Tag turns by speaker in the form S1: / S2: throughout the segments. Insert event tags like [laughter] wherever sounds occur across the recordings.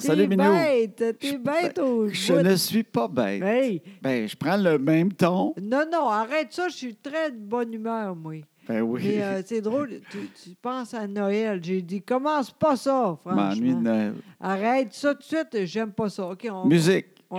S1: Salut,
S2: T'es
S1: Minou.
S2: bête, t'es bête au
S1: Je
S2: bout.
S1: ne suis pas bête.
S2: Hey,
S1: Ben, je prends le même ton.
S2: Non, non, arrête ça, je suis très de bonne humeur, moi.
S1: Ben oui.
S2: Mais euh, c'est drôle, tu, tu penses à Noël. J'ai dit, commence pas ça,
S1: Je m'ennuie de
S2: franchement.
S1: Noël.
S2: Arrête ça tout de suite, j'aime pas ça. OK, on...
S1: Musique.
S2: on-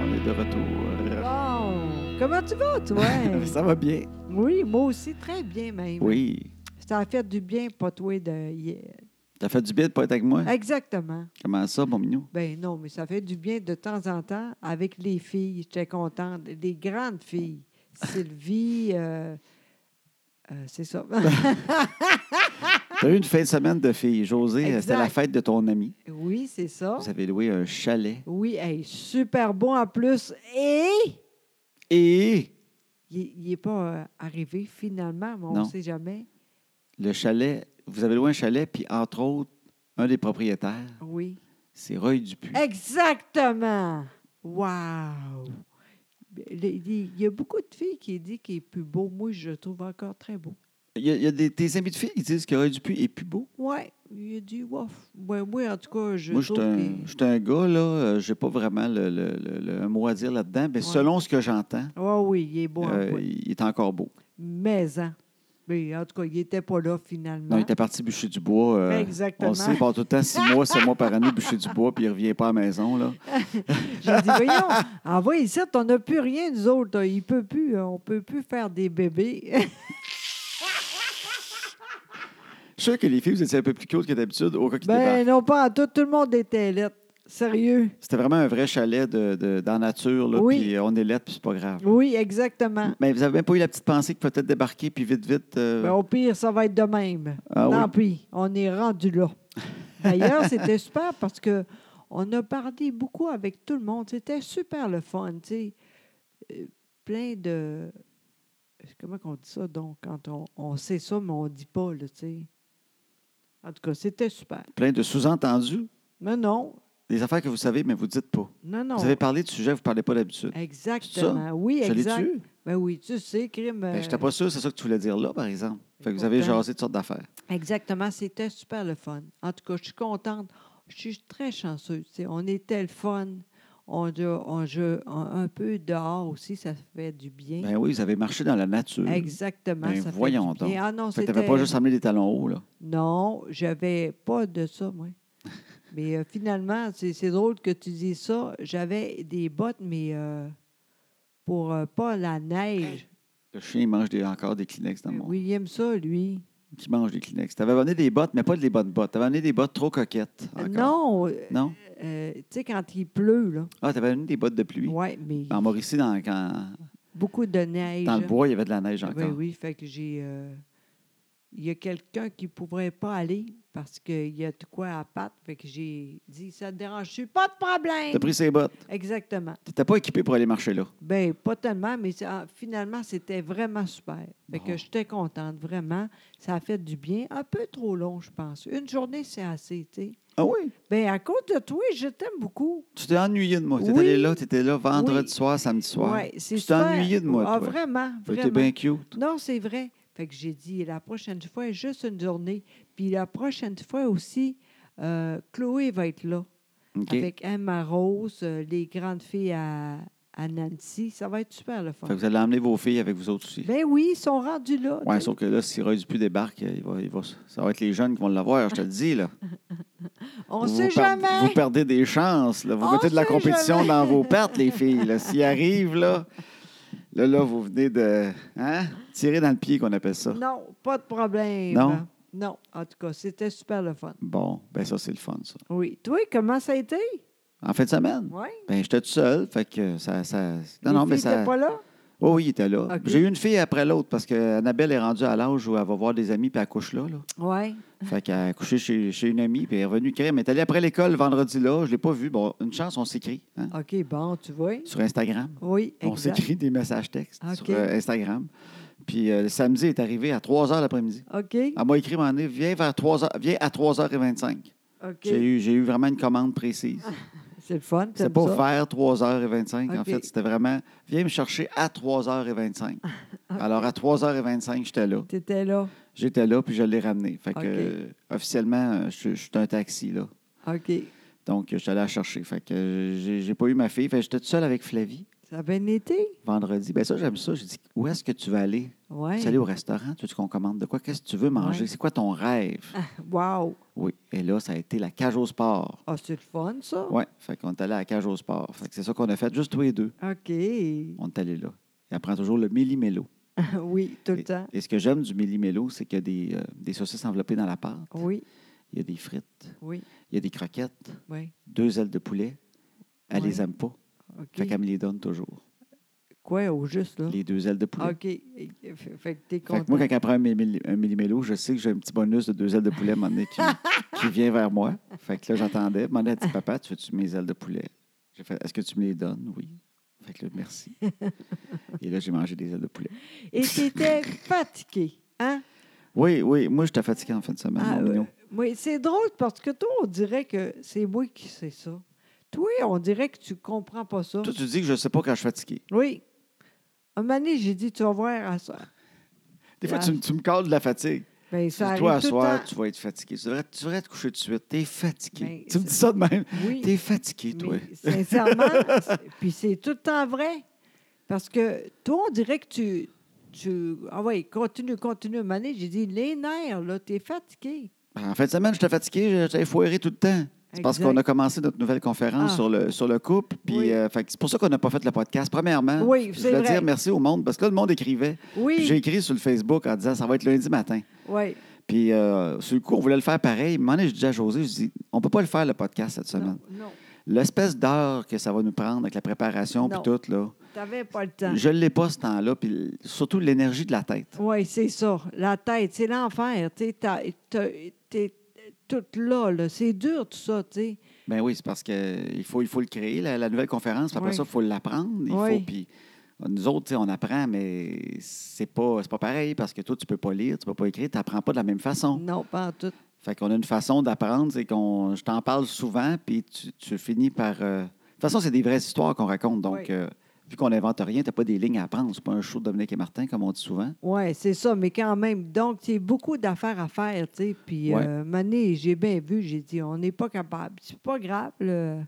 S1: On est de retour.
S2: Bon, comment tu
S1: [laughs]
S2: vas, toi?
S1: Ça va bien?
S2: oui, moi aussi, très bien même.
S1: Oui.
S2: Ça a fait du bien, pas toi, de... hier.
S1: T'as fait du bien de pas être avec moi?
S2: Exactement.
S1: Comment ça, mon minou?
S2: Ben non, mais ça fait du bien de temps en temps avec les filles. J'étais contente. Les grandes filles. Sylvie, euh, euh, c'est ça. [laughs]
S1: T'as eu une fin de semaine de filles. José,
S2: Exact.
S1: c'était la fête de ton ami.
S2: oui, c'est ça.
S1: Vous avez loué un chalet.
S2: Oui, hey, super bon en plus. Et
S1: Et
S2: il n'est pas euh, arrivé finalement, mais on
S1: Non.
S2: ne sait jamais.
S1: le chalet, vous avez loué un chalet, puis entre autres, un des propriétaires,
S2: Oui.
S1: c'est Roy Dupuis.
S2: Exactement. Wow. Il il y a beaucoup de filles qui disent qu'il est plus beau. Moi, je le trouve encore très beau.
S1: Il y a, il y a des, tes amis de filles qui disent que Roy Dupuis est plus beau.
S2: Oui, il a dit, ouf. Ben, moi, en tout cas, je
S1: Moi, je
S2: trouve
S1: suis un,
S2: qu'il-
S1: j'suis un gars, là, euh, j'ai pas vraiment le, le- le- le- un mot à dire là-dedans, mais
S2: Ouais.
S1: selon ce que j'entends,
S2: Ah oui, il est beau. en
S1: euh,
S2: poil.
S1: il est encore beau.
S2: Mais, hein. Mais, en tout cas, il n'était pas là finalement.
S1: Non, il était parti bûcher du bois. euh,
S2: Hein? Exactement.
S1: on le sait, il part tout le temps six mois, sept mois par année bûcher du bois, puis il revient pas à la maison, là.
S2: J'ai
S1: [laughs]
S2: dit, voyons, envoie ici, on n'a plus rien, nous autres. là. Il peut plus, euh, on peut plus faire des bébés.
S1: Je suis sûr que les filles, vous étiez un peu plus cute que d'habitude au cas qui débarque.
S2: ben non, pas en tout. Tout le monde était lettre. Sérieux.
S1: C'était vraiment un vrai chalet de, de- dans la nature, là,
S2: Oui.
S1: puis on est lettre, puis c'est pas grave.
S2: Oui, exactement.
S1: Mais vous n'avez même pas eu la petite pensée que peut-être débarquer, puis vite, vite. euh,
S2: Ben, au pire, ça va être de même.
S1: Ah
S2: Tant
S1: oui.
S2: pis, on est rendu là. D'ailleurs,
S1: [laughs]
S2: c'était super parce que on a parlé beaucoup avec tout le monde. C'était super le fun, tu sais. Euh, Plein de... Comment on dit ça, donc, quand on, on sait ça, mais on dit pas, là, tu sais. En tout cas, c'était super.
S1: Plein de sous-entendus,
S2: Mais non,
S1: des affaires que vous savez, mais vous dites pas.
S2: non, non.
S1: Vous avez parlé de sujets, vous parlez pas d'habitude.
S2: Exactement. Oui,
S1: Je l'ai
S2: exact.
S1: tué.
S2: Ben oui, tu sais, crime.
S1: Ben,
S2: euh,
S1: J'étais pas sûr, c'est ça que tu voulais dire là, par exemple. Fait que vous avez
S2: Pourtant.
S1: jasé toutes sortes d'affaires.
S2: Exactement, c'était super le fun. En tout cas, je suis contente. Je suis très chanceuse. tu sais. On était le fun. On, a- on joue un, un peu dehors aussi, ça fait du bien.
S1: Ben oui, vous avez marché dans la nature.
S2: Exactement,
S1: ben
S2: ça
S1: voyons
S2: fait du bien. Ah non,
S1: Fait que
S2: c'était...
S1: t'avais pas juste amené des talons hauts, là.
S2: Non, j'avais pas de ça,
S1: [laughs]
S2: moi. mais euh, finalement, c'est c'est drôle que tu dis ça. J'avais des bottes, mais euh, pour euh, pas la neige.
S1: Le chien, il mange des- encore des Kleenex dans le monde.
S2: Euh, Oui, il aime ça, lui.
S1: Qui mange des Kleenex. T'avais amené des bottes, mais pas des bonnes bottes. T'avais amené des bottes trop coquettes. encore.
S2: Non, euh,
S1: Non?
S2: euh, tu sais, quand il pleut, là.
S1: Ah, t'avais amené des bottes de pluie.
S2: Oui, mais
S1: En Mauricie, dans, quand-
S2: beaucoup de neige.
S1: dans le bois, il y avait de la neige
S2: Oui,
S1: encore.
S2: oui, fait que j'ai. euh, Il y a quelqu'un qui ne pourrait pas aller parce qu'il y a de quoi à patte. Fait que j'ai dit, ça te dérange-tu? Pas de
S1: T'as
S2: problème!
S1: pris ses bottes.
S2: Exactement.
S1: T'étais pas équipé pour aller marcher là.
S2: Ben pas tellement, mais ça- finalement, c'était vraiment super. Fait
S1: Bon.
S2: que j'étais contente, vraiment. Ça a fait du bien. Un peu trop long, je pense. Une journée, c'est assez, tu sais.
S1: Ah oui?
S2: Ben à cause de toi, je t'aime beaucoup.
S1: Tu t'es ennuyé de moi. T'étais
S2: Oui.
S1: allé là, t'étais là vendredi
S2: Oui.
S1: soir, samedi soir.
S2: Ouais, c'est
S1: tu t'es
S2: super.
S1: ennuyé de moi,
S2: Ah,
S1: toi.
S2: vraiment,
S1: T'étais
S2: vraiment.
S1: bien cute.
S2: Non, c'est vrai. Fait que j'ai dit, la prochaine fois, juste une journée. Puis la prochaine fois aussi, euh, Chloé va être là.
S1: OK.
S2: Avec Emma Rose, euh, les grandes filles à, à Nancy. Ça va être super le fun.
S1: Fait que vous allez emmener vos filles avec vous autres aussi.
S2: Ben oui, ils sont rendus là.
S1: Ouais,
S2: tu sais.
S1: sauf que là, si Roy Dupuis débarque, il va, il va- ça va être les jeunes qui vont l'avoir, je te le dis. Là.
S2: [laughs] On
S1: vous
S2: sait
S1: per-
S2: jamais.
S1: Vous perdez des chances. là. Vous
S2: On
S1: mettez de la
S2: sait
S1: compétition
S2: jamais.
S1: dans
S2: [laughs]
S1: vos pertes, les filles. là. S'il arrive, là, là, là, vous venez de hein, tirer dans le pied, qu'on appelle ça.
S2: Non, pas de problème.
S1: Non?
S2: Non, en tout cas, c'était super le fun.
S1: Bon, ben ça, c'est le fun, ça.
S2: Oui. Toi, comment ça a été?
S1: En fin de semaine,
S2: Oui.
S1: ben j'étais tout seul, fait que ça... ça- Non, non, mais ça...
S2: pas là?
S1: Oh oui, il était là.
S2: OK.
S1: J'ai eu une fille après l'autre parce qu'Annabelle est rendue à l'âge où elle va voir des amis puis elle couche là. là.
S2: Oui.
S1: Fait qu'elle a couché chez, chez une amie puis elle est revenue crème. Elle est allée après l'école vendredi là. Je l'ai pas vue. Bon, une chance, on s'écrit hein,
S2: OK, bon, tu vois.
S1: sur Instagram.
S2: Oui,
S1: On
S2: exact.
S1: s'écrit des messages textes
S2: OK.
S1: sur euh, Instagram. Puis euh, le samedi est arrivé à 3 h l'après-midi.
S2: OK,
S1: Elle m'a écrit, m'en viens, vers 3 heures- viens à 3h25.
S2: OK.
S1: Ah, J'ai eu, j'ai eu vraiment une commande précise.
S2: C'est le fun,
S1: C'était
S2: t'aimes
S1: pas
S2: ça?
S1: faire 3h25, en
S2: OK.
S1: fait. C'était vraiment, viens me chercher à
S2: [laughs]
S1: 3h25. Alors, à 3h25, j'étais là.
S2: T'étais là.
S1: J'étais là, puis je l'ai ramené. Fait que,
S2: OK.
S1: euh, officiellement, euh, je, je suis un taxi, là.
S2: OK.
S1: Donc, je suis allé la chercher. Fait que euh, j'ai, j'ai pas eu ma fille. Fait que j'étais tout seul avec Flavie,
S2: Ça a bien été?
S1: vendredi. Ben ça, j'aime ça. J'ai dit, où est-ce que tu vas aller? Tu
S2: Oui.
S1: veux aller au restaurant? Tu veux qu'on commande de quoi? Qu'est-ce que tu veux manger?
S2: Ouais. Ah.
S1: C'est quoi ton rêve?
S2: Wow.
S1: Oui. Et là, ça a été la cage au sport.
S2: Ah, c'est le fun, ça?
S1: Oui. Fait qu'on est allé à la cage au sport. Fait que c'est ça qu'on a fait, juste tous les deux.
S2: OK. [laughs]
S1: On est allé là. Et apprend toujours le millimélo.
S2: oui, tout le temps.
S1: Et ce que j'aime du millimélo, c'est qu'il y a des, euh, des saucisses enveloppées dans la pâte.
S2: Oui,
S1: Il y a des frites.
S2: oui,
S1: Il y a des croquettes.
S2: oui.
S1: Deux ailes de poulet. Elle
S2: Ouais.
S1: les aime pas.
S2: OK.
S1: Fait qu'elle me les donne toujours.
S2: Quoi, au juste, là?
S1: Les deux ailes de poulet.
S2: OK. Et- fait- Fait que t'es
S1: Fait que
S2: Ah, content.
S1: moi, quand elle prend un, milli- un millimélo, je sais que j'ai un petit bonus de deux ailes de poulet à un moment donné, qui,
S2: [laughs]
S1: qui vient vers moi. Fait que là, j'entendais. Demandais à dit Papa, tu veux-tu mes ailes de poulet J'ai fait Est-ce que tu me les donnes Oui. Fait que là, merci. Et là, j'ai mangé des ailes de poulet.
S2: Et t'étais fatigué, hein?
S1: Oui, oui. Moi, j'étais fatigué en fin de semaine,
S2: Ah,
S1: mon mignon.
S2: euh, oui, c'est drôle parce que toi, on dirait que c'est moi qui sais ça. Toi, on dirait que tu comprends pas ça.
S1: Toi, tu dis que je sais pas quand je suis fatigué.
S2: Oui. Un moment donné, j'ai dit, tu vas voir à ça.
S1: Des fois,
S2: Ah.
S1: tu, me- tu me cales de la fatigue.
S2: Ben, ça
S1: Tu dis,
S2: arrive
S1: toi, à
S2: tout le
S1: soir,
S2: temps.
S1: tu vas être fatigué. Tu devrais, tu devrais te coucher tout de suite. T'es fatigué.
S2: Ben,
S1: tu me
S2: c'est-
S1: dis ça de même.
S2: Oui.
S1: T'es fatigué, toi. [laughs]
S2: Mais sincèrement, c'est- puis c'est tout le temps vrai. Parce que toi, on dirait que tu. tu ah oui, continue, continue. Mané, j'ai dit, les nerfs, là, t'es fatigué.
S1: Ben, En fin de semaine, j'étais fatigué. J'étais foiré tout le temps. C'est parce
S2: Exact.
S1: qu'on a commencé notre nouvelle conférence
S2: Ah.
S1: sur, le, sur le couple. Puis,
S2: Oui.
S1: euh, fait que c'est pour ça qu'on n'a pas fait le podcast. Premièrement,
S2: Oui,
S1: je
S2: c'est
S1: voulais
S2: vrai.
S1: dire merci au monde parce que là, le monde écrivait. Puis J'ai
S2: Oui,
S1: écrit sur le Facebook en disant ça va être lundi matin.
S2: oui.
S1: Puis, euh, sur le coup, on voulait le faire pareil. Mais je dis à José, je dis on peut pas le faire le podcast cette semaine.
S2: Non, non.
S1: L'espèce d'heure que ça va nous prendre avec la préparation puis
S2: Non.
S1: tout, là.
S2: T'avais pas le temps.
S1: Je ne l'ai pas ce temps-là, puis l- surtout l'énergie de la tête.
S2: Oui, c'est ça. La tête, c'est l'enfer. Tu sais, t'as- t'as- t'es toute là, là. C'est dur, tout ça, tu sais.
S1: Ben oui, c'est parce qu'il faut, il faut le créer, la, la nouvelle conférence, puis après
S2: Oui.
S1: ça, il faut l'apprendre. Il
S2: Oui.
S1: faut, puis nous autres, tu sais, on apprend, mais c'est pas, c'est pas pareil parce que toi, tu peux pas lire, tu peux pas écrire, tu n'apprends pas de la même façon.
S2: Non, pas en tout.
S1: Fait qu'on a une façon d'apprendre, c'est qu'on je t'en parle souvent, puis tu, tu finis par. euh, De toute façon, c'est des vraies histoires qu'on raconte, donc
S2: Oui.
S1: euh, vu qu'on n'invente rien, t'as pas des lignes à apprendre. C'est pas un show de Dominique et Martin, comme on dit souvent.
S2: Oui, c'est ça, mais quand même. Donc, c'est beaucoup d'affaires à faire, tu sais. Puis,
S1: Ouais.
S2: euh, Mané, j'ai bien vu, j'ai dit, on n'est pas capable. C'est pas grave, là.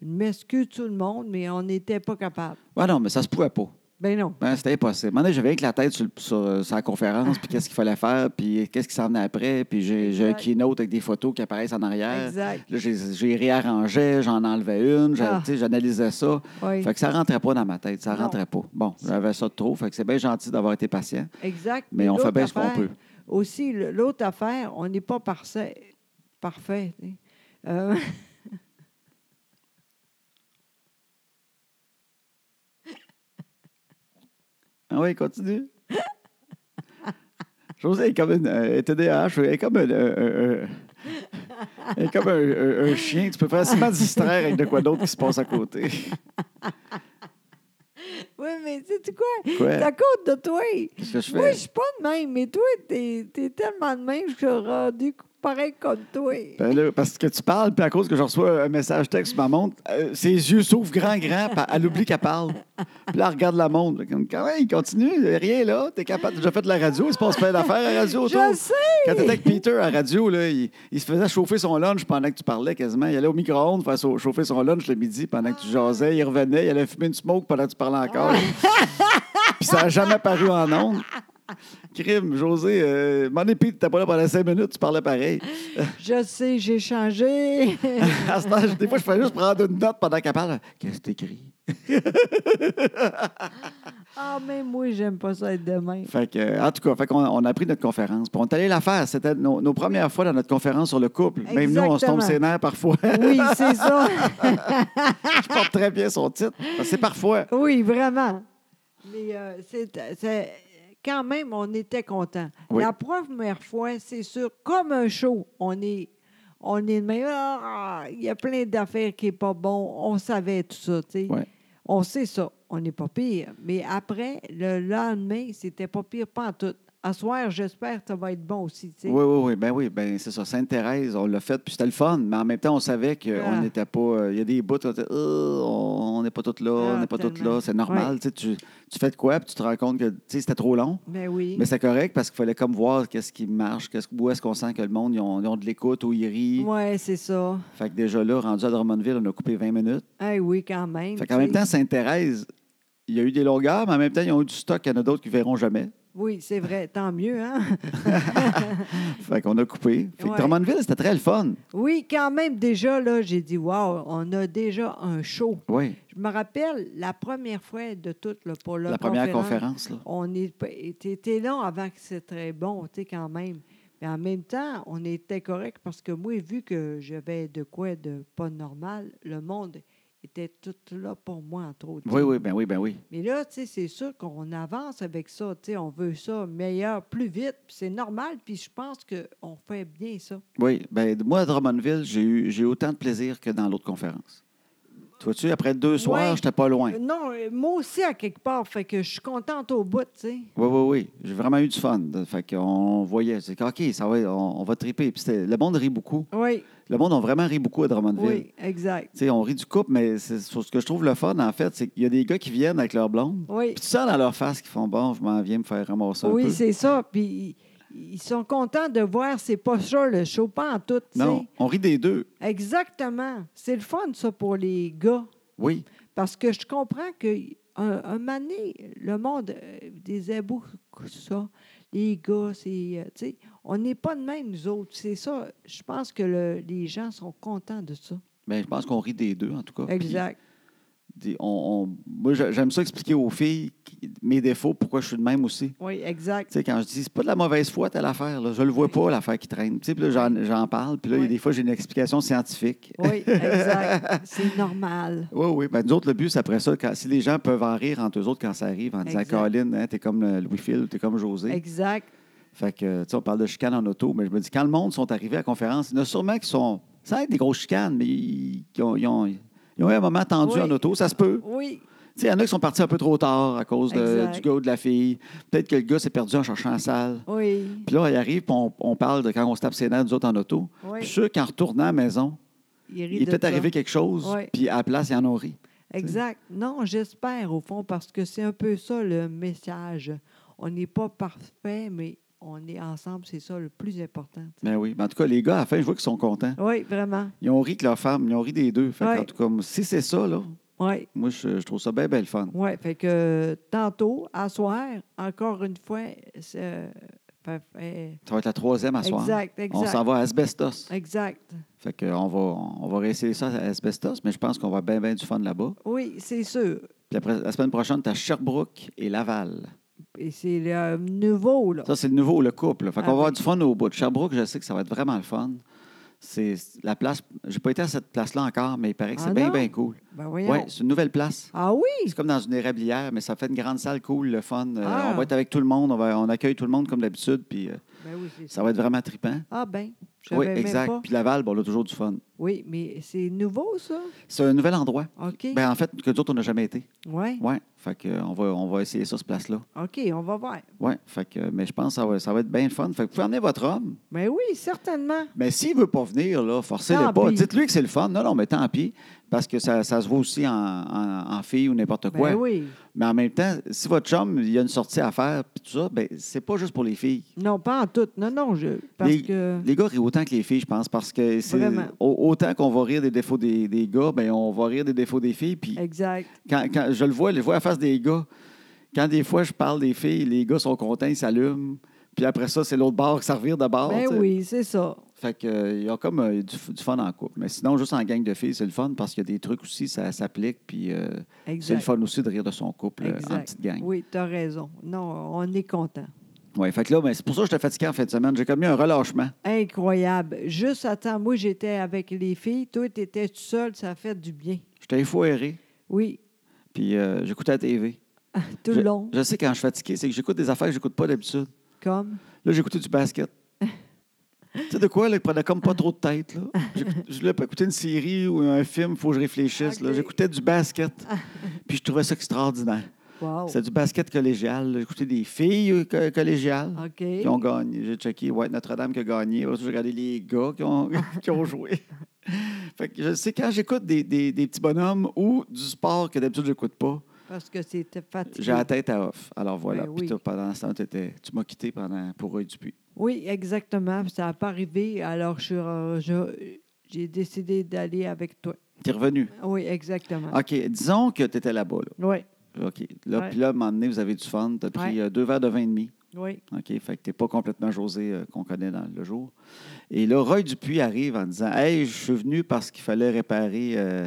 S2: Je m'excuse tout le monde, mais on n'était pas capable.
S1: Ah non, mais ça se pouvait pas.
S2: Ben non.
S1: Ben, c'était impossible. À un moment donné, j'avais avec la tête sur, le- sur, euh, sur la conférence, puis qu'est-ce qu'il fallait faire, puis qu'est-ce qui s'en venait après, puis j'ai j'ai un
S2: Exact.
S1: keynote avec des photos qui apparaissent en arrière.
S2: Exact.
S1: Là, j'ai- j'ai réarrangeais, j'en enlevais une, j'a-
S2: Ah.
S1: tu sais, j'analysais ça.
S2: Oui,
S1: Fait que ça rentrait pas dans ma tête, ça
S2: Non.
S1: rentrait pas. Bon, j'avais ça de trop, fait que c'est bien gentil d'avoir été patient,
S2: exact.
S1: mais on fait
S2: l'autre
S1: bien ce qu'on
S2: affaire-
S1: peut.
S2: Aussi, le- l'autre affaire, on n'est pas parfait. Parfait. tu sais. Euh, [laughs]
S1: Ah oui,
S2: [laughs]
S1: continue. José est comme une euh, est TDAH, elle est comme un, euh, euh, euh, elle est comme un, un- un chien. Tu peux facilement te distraire avec de quoi d'autre qui se passe à côté. [laughs]
S2: oui, mais sais-tu quoi?
S1: Quoi?
S2: C'est à cause de toi.
S1: Qu'est-ce que je fais?
S2: Moi, je suis pas de même, mais toi, t'es es tellement de même, je suis rendu pareil comme toi.
S1: Ben là, parce que tu parles, puis à cause que je reçois un message texte sur ma montre, euh, ses yeux s'ouvrent grand, grand, puis elle oublie qu'elle parle. Puis là, elle regarde la montre. Comme, quand même, il continue, il y a rien là. T'es capable, déjà fait de la radio, il se passe plein d'affaires à la radio autour.
S2: Je sais!
S1: Quand t'étais avec Peter à la radio, là, il, il se faisait chauffer son lunch pendant que tu parlais quasiment. Il allait au micro-ondes faire sa- chauffer son lunch le midi pendant que tu jasais. Il revenait, il allait fumer une smoke pendant que tu parlais
S2: [laughs]
S1: encore. Puis ça n'a jamais paru en ondes. Crime, José, euh, mon épi, t'étais pas là pendant cinq minutes, tu parlais pareil.
S2: Je sais, j'ai changé.
S1: [laughs] À ce temps, des fois, je fais juste prendre une note pendant qu'elle parle. Qu'est-ce que t'écris?
S2: Ah, mais moi, j'aime pas ça être demain.
S1: Fait que, euh, en tout cas, fait qu'on- on a pris notre conférence. Puis on est allé la faire. C'était nos, nos premières fois dans notre conférence sur le couple. Même nous, on se
S2: Exactement.
S1: tombe ses nerfs parfois. [laughs]
S2: Oui, c'est ça.
S1: je porte très bien son titre. Parce que C'est parfois.
S2: Oui, vraiment. Mais euh, c'est- c'est- quand même, on était contents.
S1: Oui.
S2: La première fois, c'est sûr, comme un show, on est. On est de même, Ah, il y a plein d'affaires qui n'est pas bon. On savait tout ça, tu sais.
S1: Ouais.
S2: On sait ça. On n'est pas pire. Mais après, le lendemain, c'était pas pire, pas en tout. À soir, j'espère que ça va être bon aussi, tu sais.
S1: Oui, oui, oui. Ben oui, ben c'est ça. Sainte-Thérèse, on l'a fait, puis c'était le fun. Mais en même temps, on savait
S2: Ah.
S1: qu'on n'était pas. euh, Il y a des bouts, on était, Euh, on on n'est pas tous là,
S2: Ah,
S1: on n'est pas tous
S2: tellement.
S1: là. C'est normal. Tu, sais, tu tu fais de quoi, puis tu te rends compte que tu sais, c'était trop long.
S2: Mais oui.
S1: Mais c'est correct parce qu'il fallait comme voir qu'est-ce qui marche, qu'est-ce- où est-ce qu'on sent que le monde, ils ont, ils ont de l'écoute, où ils rient.
S2: Oui, c'est ça.
S1: Fait que déjà là, rendu à Drummondville, on a coupé 20 minutes.
S2: Eh oui, quand même.
S1: Fait qu'en même
S2: tu sais.
S1: temps, Sainte-Thérèse, il y a eu des longueurs, mais en même temps, ils ont eu du stock qu'il y en a d'autres qui verront jamais.
S2: Oui, c'est vrai. Tant mieux, hein?
S1: Fait qu'on a coupé. Fait que
S2: Ouais.
S1: Drummondville, c'était très le fun.
S2: Oui, quand même, déjà, là, j'ai dit, wow, on a déjà un show.
S1: Oui,
S2: Je me rappelle la première fois de toute, là, pour le
S1: la première conférence. là.
S2: On était là avant que c'était très bon, tu sais, quand même. Mais en même temps, on était correct parce que moi, vu que j'avais de quoi de pas normal, le monde était tout là pour moi, entre autres.
S1: Oui, oui, ben oui, ben oui.
S2: Mais là, tu sais, c'est sûr qu'on avance avec ça. Tu sais, on veut ça meilleur, plus vite. puis C'est normal. Puis je pense qu'on fait bien ça.
S1: Oui, ben moi, à Drummondville, j'ai eu, j'ai eu autant de plaisir que dans l'autre conférence. Tu vois-tu, après deux soirs, j'étais pas loin.
S2: Euh, Non, euh, moi aussi, à quelque part. Fait que je suis contente au bout, tu sais.
S1: Oui, oui, oui. J'ai vraiment eu du fun. Fait qu'on voyait. C'est que, OK, ça va, on, on va triper. Puis c'était- le monde rit beaucoup.
S2: Oui,
S1: Le monde a vraiment ri beaucoup à Drummondville.
S2: oui, exact.
S1: Tu sais, on rit du couple, mais c'est sur ce que je trouve le fun, en fait, c'est qu'il y a des gars qui viennent avec leur blonde.
S2: Oui,
S1: Puis tu sens dans leur face qu'ils font bon, je m'en viens me faire ramasser un
S2: oui
S1: peu.
S2: c'est ça. Puis ils ils sont contents de voir ces postures, le show, pas en tout, tu
S1: Non,
S2: sais.
S1: on rit des deux.
S2: Exactement. C'est le fun, ça, pour les gars.
S1: Oui.
S2: Parce que je comprends que un, un moment donné, le monde euh, disait beaucoup ça. Les gars, c'est. euh, tu sais, on n'est pas de même, nous autres. C'est ça. Je pense que le- les gens sont contents de ça.
S1: Ben, je pense qu'on rit des deux, en tout cas. Puis,
S2: Exact.
S1: des- on- on- moi, j'a- j'aime ça expliquer aux filles qui- mes défauts, pourquoi je suis de même aussi.
S2: Oui, exact.
S1: [laughs] Tu sais, quand je dis, c'est pas de la mauvaise foi, telle affaire, là. je le vois pas, l'affaire qui traîne. Tu sais, puis là, j'en- j'en parle, puis là, il y a
S2: Oui.
S1: des fois, j'ai une explication scientifique.
S2: Oui, exact. C'est normal.
S1: Oui, oui. Ben, nous autres, le but, c'est après ça, quand- si les gens peuvent en rire entre eux autres quand ça arrive, en disant,
S2: Exact.
S1: Caroline, hein, t'es comme euh, Louis-Phil, t'es comme José.
S2: Exact.
S1: Fait que, tu sais, on parle de chicane en auto, mais je me dis, quand le monde sont arrivés à la conférence, il y en a sûrement qui sont. Ça être des grosses chicanes, mais ils, qui ont, ils ont- ils ont eu un moment tendu
S2: Oui.
S1: en auto, ça se peut.
S2: Oui,
S1: Tu sais, il y en a qui sont partis un peu trop tard à cause de-
S2: Exact.
S1: du gars ou de la fille. Peut-être que le gars s'est perdu en cherchant la salle.
S2: oui.
S1: Puis là, il arrive, puis on, on parle de quand on se tape ses nerfs, nous autres, en auto.
S2: Oui.
S1: Puis sûr qu'en retournant à la maison,
S2: Il
S1: il
S2: rit
S1: est
S2: de
S1: peut-être
S2: ça.
S1: arrivé quelque chose,
S2: Oui.
S1: puis à la place, ils en ont ri.
S2: Exact. Non, j'espère, au fond, parce que c'est un peu ça le message. On n'est pas parfait, mais on est ensemble. C'est ça le plus important. tu sais.
S1: Ben oui. Mais en tout cas, les gars, à la fin, je vois qu'ils sont contents.
S2: Oui, vraiment.
S1: Ils ont ri que leur femme, ils ont ri des deux. Fait
S2: Oui.
S1: en tout cas, si c'est ça, là,
S2: Oui.
S1: moi, je, je trouve ça bien, bien le fun.
S2: Oui, fait que euh, tantôt, à soir, encore une fois, c'est, euh, fait- fait-
S1: Ça va être la troisième à soir.
S2: exact,
S1: On s'en
S2: exact,
S1: va à Asbestos.
S2: exact.
S1: Fait que on va, on va réessayer ça à Asbestos, mais je pense qu'on va bien, bien du fun là-bas.
S2: Oui, c'est sûr.
S1: Puis après, la semaine prochaine, tu as Sherbrooke et Laval.
S2: Et c'est le euh, nouveau, là.
S1: Ça, c'est le nouveau, le couple. Fait qu'on
S2: Ah
S1: va avoir
S2: oui.
S1: du fun au bout. Sherbrooke, je sais que ça va être vraiment le fun. C'est la place. J'ai pas été à cette place-là encore, mais il paraît que c'est
S2: Ah
S1: bien,
S2: non?
S1: bien cool.
S2: Ben voyons.
S1: Oui, c'est une nouvelle place.
S2: Ah oui?
S1: C'est comme dans une érablière, mais ça fait une grande salle cool, le fun. Euh,
S2: Ah.
S1: On va être avec tout le monde, on, va- on accueille tout le monde comme d'habitude, puis euh,
S2: Ben oui, c'est ça.
S1: ça va être vraiment trippant.
S2: Ah ben, je
S1: Oui,
S2: savais même
S1: exact.
S2: pas.
S1: Puis Laval, bon, on a toujours du fun.
S2: Oui, mais c'est nouveau, ça?
S1: C'est un nouvel endroit.
S2: OK.
S1: Ben, en fait, que d'autres, on n'a jamais été.
S2: oui.
S1: Oui. Fait que, euh, on, va, on va essayer ça, ce place-là.
S2: OK, on va voir.
S1: Oui. Fait que, euh, mais je pense que ça va, ça va être bien le fun. Fait que vous pouvez emmener votre homme.
S2: Mais Ben oui, certainement.
S1: Mais s'il ne veut pas venir, là, forcez-le
S2: Tant
S1: pas.
S2: pis.
S1: Dites-lui que c'est le fun. Non, non, mais tant pis. Parce que ça, ça se voit aussi en, en, en fille ou n'importe
S2: Ben
S1: quoi.
S2: oui.
S1: Mais en même temps, si votre chum, il y a une sortie à faire, puis tout ça, ben, c'est pas juste pour les filles.
S2: Non, pas en tout. Non, non, je... Parce
S1: les,
S2: que...
S1: les gars rient autant que les filles, je pense, parce que c'est
S2: Euh. Vraiment.
S1: au- autant qu'on va rire des défauts des, des gars, ben on va rire des défauts des filles. Puis
S2: Exact.
S1: quand, quand je le vois, je vois la face des gars. Quand des fois je parle des filles, les gars sont contents, ils s'allument. Puis après ça, c'est l'autre bord qui s'en revire de bord.
S2: ben
S1: tu sais.
S2: oui, c'est ça.
S1: Fait que, euh, il y a comme euh, du, f- du fun en couple. Mais sinon, juste en gang de filles, c'est le fun parce qu'il y a des trucs aussi, ça s'applique. Puis euh, c'est
S2: Exact.
S1: le fun aussi de rire de son couple euh, en
S2: Exact.
S1: petite gang.
S2: Oui, tu as raison. Non, on est content.
S1: Ouais, fait que là, ben, c'est pour ça que j'étais fatigué en fin de semaine. J'ai commis un relâchement.
S2: Incroyable. Juste attends, moi j'étais avec les filles, toi tu étais tout seul, ça fait du bien.
S1: J'étais effoiré.
S2: Oui. [laughs]
S1: Puis euh, j'écoutais la TV.
S2: Tout le long,
S1: Je sais quand je suis fatigué, c'est que j'écoute des affaires que j'écoute pas d'habitude.
S2: comme.
S1: Là, j'ai écouté du
S2: [laughs]
S1: basket. tu sais de quoi, là, qui prenait comme pas trop de tête, là. J'écoute- Je voulais pas écouter une série ou un film, il faut que je réfléchisse, là.
S2: Ok.
S1: J'écoutais du
S2: [laughs]
S1: basket, puis je trouvais ça extraordinaire.
S2: Wow.
S1: C'était du basket collégial, là. J'écoutais des filles euh, co- collégiales
S2: OK.
S1: qui ont gagné. J'ai checké ouais, Notre-Dame qui a gagné. Après ça, J'ai regardé les gars qui ont, [laughs] qui ont
S2: [laughs]
S1: joué. fait que je sais, quand j'écoute des, des- des petits bonhommes ou du sport que d'habitude je n'écoute pas,
S2: Parce que c'était fatigué.
S1: j'ai la tête à off. Alors voilà.
S2: Ben
S1: Puis
S2: oui.
S1: toi, pendant ce temps, t'étais- tu m'as quitté pendant pour Roy Dupuis.
S2: Oui, exactement. Ça n'a pas arrivé. Alors, je suis re- je- j'ai décidé d'aller avec toi.
S1: T'es revenu.
S2: Oui, exactement.
S1: OK, disons que tu étais là-bas.
S2: Oui,
S1: Là. OK. Là,
S2: Ouais.
S1: puis là, à un moment donné, vous avez du fun. Tu as pris
S2: Ouais.
S1: euh, deux verres de vin et demi.
S2: oui.
S1: OK, fait que t'es pas complètement José euh, qu'on connaît dans le jour. Et là, Roy Dupuis arrive en disant Hey, je suis venu parce qu'il fallait réparer. euh,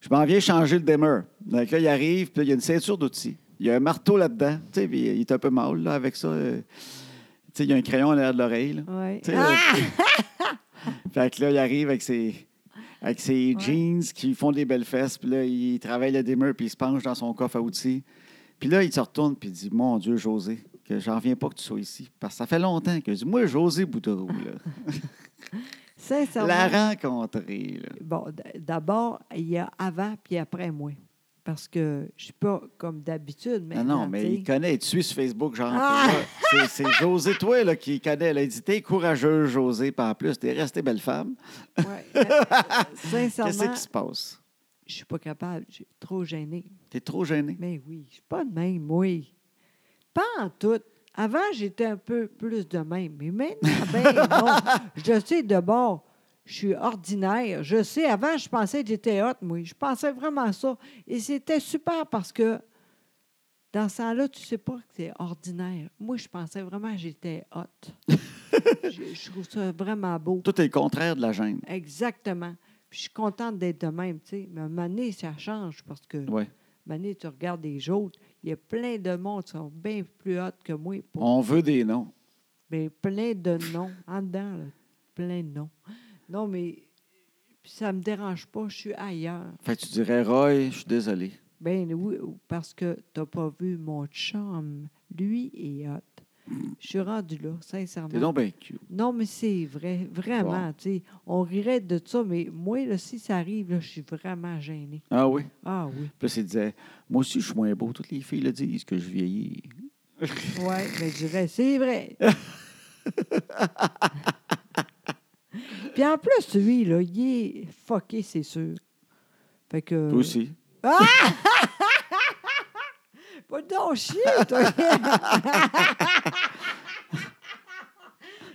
S1: je m'en viens changer le dimmer. Donc là, il arrive, puis il y a une ceinture d'outils. Il y a un marteau là-dedans. Tu sais, puis il est un peu mal là, avec ça. euh, tu sais, il y a un crayon à l'arrière de l'oreille. là.
S2: oui. Ah,
S1: Tu sais, là, fait que là, il arrive avec ses, avec ses
S2: Ouais.
S1: jeans qui font des belles fesses. Puis là, il travaille le dimmer, puis il se penche dans son coffre à outils. Puis là, il se retourne, puis il dit Mon Dieu, José, que j'en reviens pas que tu sois ici. Parce que ça fait longtemps que je dis Moi, José Bouteroux,
S2: [laughs]
S1: là,
S2: Sincèrement.
S1: la rencontrer. là.
S2: Bon, d- d'abord, il y a avant puis après moi. Parce que je ne suis pas comme d'habitude.
S1: Non,
S2: maintenant,
S1: Ah non, mais
S2: tu
S1: il
S2: sais.
S1: connaît, il te suit sur Facebook, genre.
S2: Ben, Ah!
S1: puis là, c'est- C'est José, toi, là, qui connaît. Là, il dit T'es courageuse, José, puis en plus, t'es restée belle femme.
S2: Ouais. Euh,
S1: [laughs] Qu'est-ce
S2: Sincèrement,
S1: qui se passe
S2: je suis pas capable. Je suis trop gênée.
S1: T'es trop gênée.
S2: Mais oui, je suis pas de même, oui. Pas en tout. Avant, j'étais un peu plus de même. Mais maintenant, ben non. Je sais de bord, je suis ordinaire. Je sais, avant, je pensais que j'étais hot, moi. Je pensais vraiment ça. Et c'était super parce que dans ce temps-là, tu sais pas que c'est ordinaire. Moi, je pensais vraiment que j'étais hot. je, je trouve ça vraiment beau.
S1: Tout est le contraire de la gêne.
S2: Exactement. Puis je suis contente d'être de même, tu sais. Mais à un moment donné, ça change parce que
S1: Ouais.
S2: Mané, tu regardes les autres, il y a plein de monde qui sont bien plus hautes que moi. pour-
S1: On veut des noms.
S2: Mais plein de noms. En dedans, là, plein de noms. Non, mais puis ça me dérange pas, je suis ailleurs.
S1: Fait que tu dirais, Roy, je suis désolé.
S2: Ben oui, parce que t'as pas vu mon chum. Lui est hot. Je suis rendu là,
S1: T'es
S2: sincèrement.
S1: donc bien cute.
S2: Non, mais c'est vrai, vraiment. tu sais, On rirait de ça, mais moi, là, si ça arrive, là, je suis vraiment gênée.
S1: Ah oui?
S2: Ah oui.
S1: Puis là, il disait, moi aussi, je suis moins beau. Toutes les filles le disent que je vieillis.
S2: Oui, mais ben, je dirais,
S1: [laughs]
S2: c'est vrai. Puis en plus, lui, là, il est fucké, c'est sûr. Fait que.
S1: Toi aussi.
S2: Pas donc chier, toi. [laughs]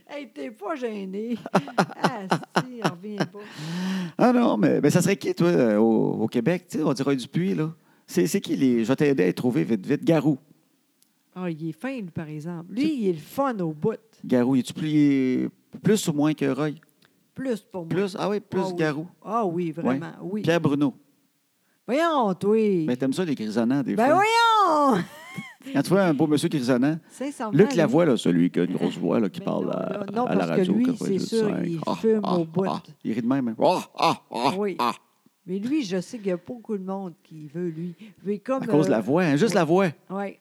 S2: hey, t'es pas gêné. Ah, si, on revient pas.
S1: Ah non, mais, mais ça serait qui, toi, euh, au, au Québec? Tu sais, on dirait Dupuis, là. C'est c'est qui les. Je vais t'aider à les trouver vite, vite. Garou.
S2: Ah, il est fin, lui, par exemple. Lui, il est le fun au bout.
S1: Garou, es-tu plus, plus ou moins que Roy?
S2: Plus pour moi.
S1: Plus? Ah oui, plus
S2: Ah oui.
S1: Garou.
S2: Ah oui, vraiment, oui.
S1: Pierre Bruno.
S2: Voyons, toi.
S1: Mais t'aimes ça, les grisonnants, des
S2: Ben
S1: fois?
S2: voyons! [laughs]
S1: Quand tu vois un beau monsieur grisonnant,
S2: Sincèrement.
S1: Luc
S2: lui,
S1: Lavoie, là, celui qui a une grosse voix, là, qui
S2: Ben
S1: parle
S2: hein?
S1: à,
S2: non, là, non,
S1: à la
S2: parce que
S1: radio.
S2: lui,
S1: 98.5.
S2: c'est sûr, il
S1: Ah,
S2: fume
S1: ah,
S2: au bout.
S1: ah. il rit de même. hein. Ah, ah, ah,
S2: Oui.
S1: ah.
S2: [laughs] Mais lui, je sais qu'il y a beaucoup de monde qui veut lui. Mais comme,
S1: À cause de la voix, hein, juste la voix.
S2: Oui,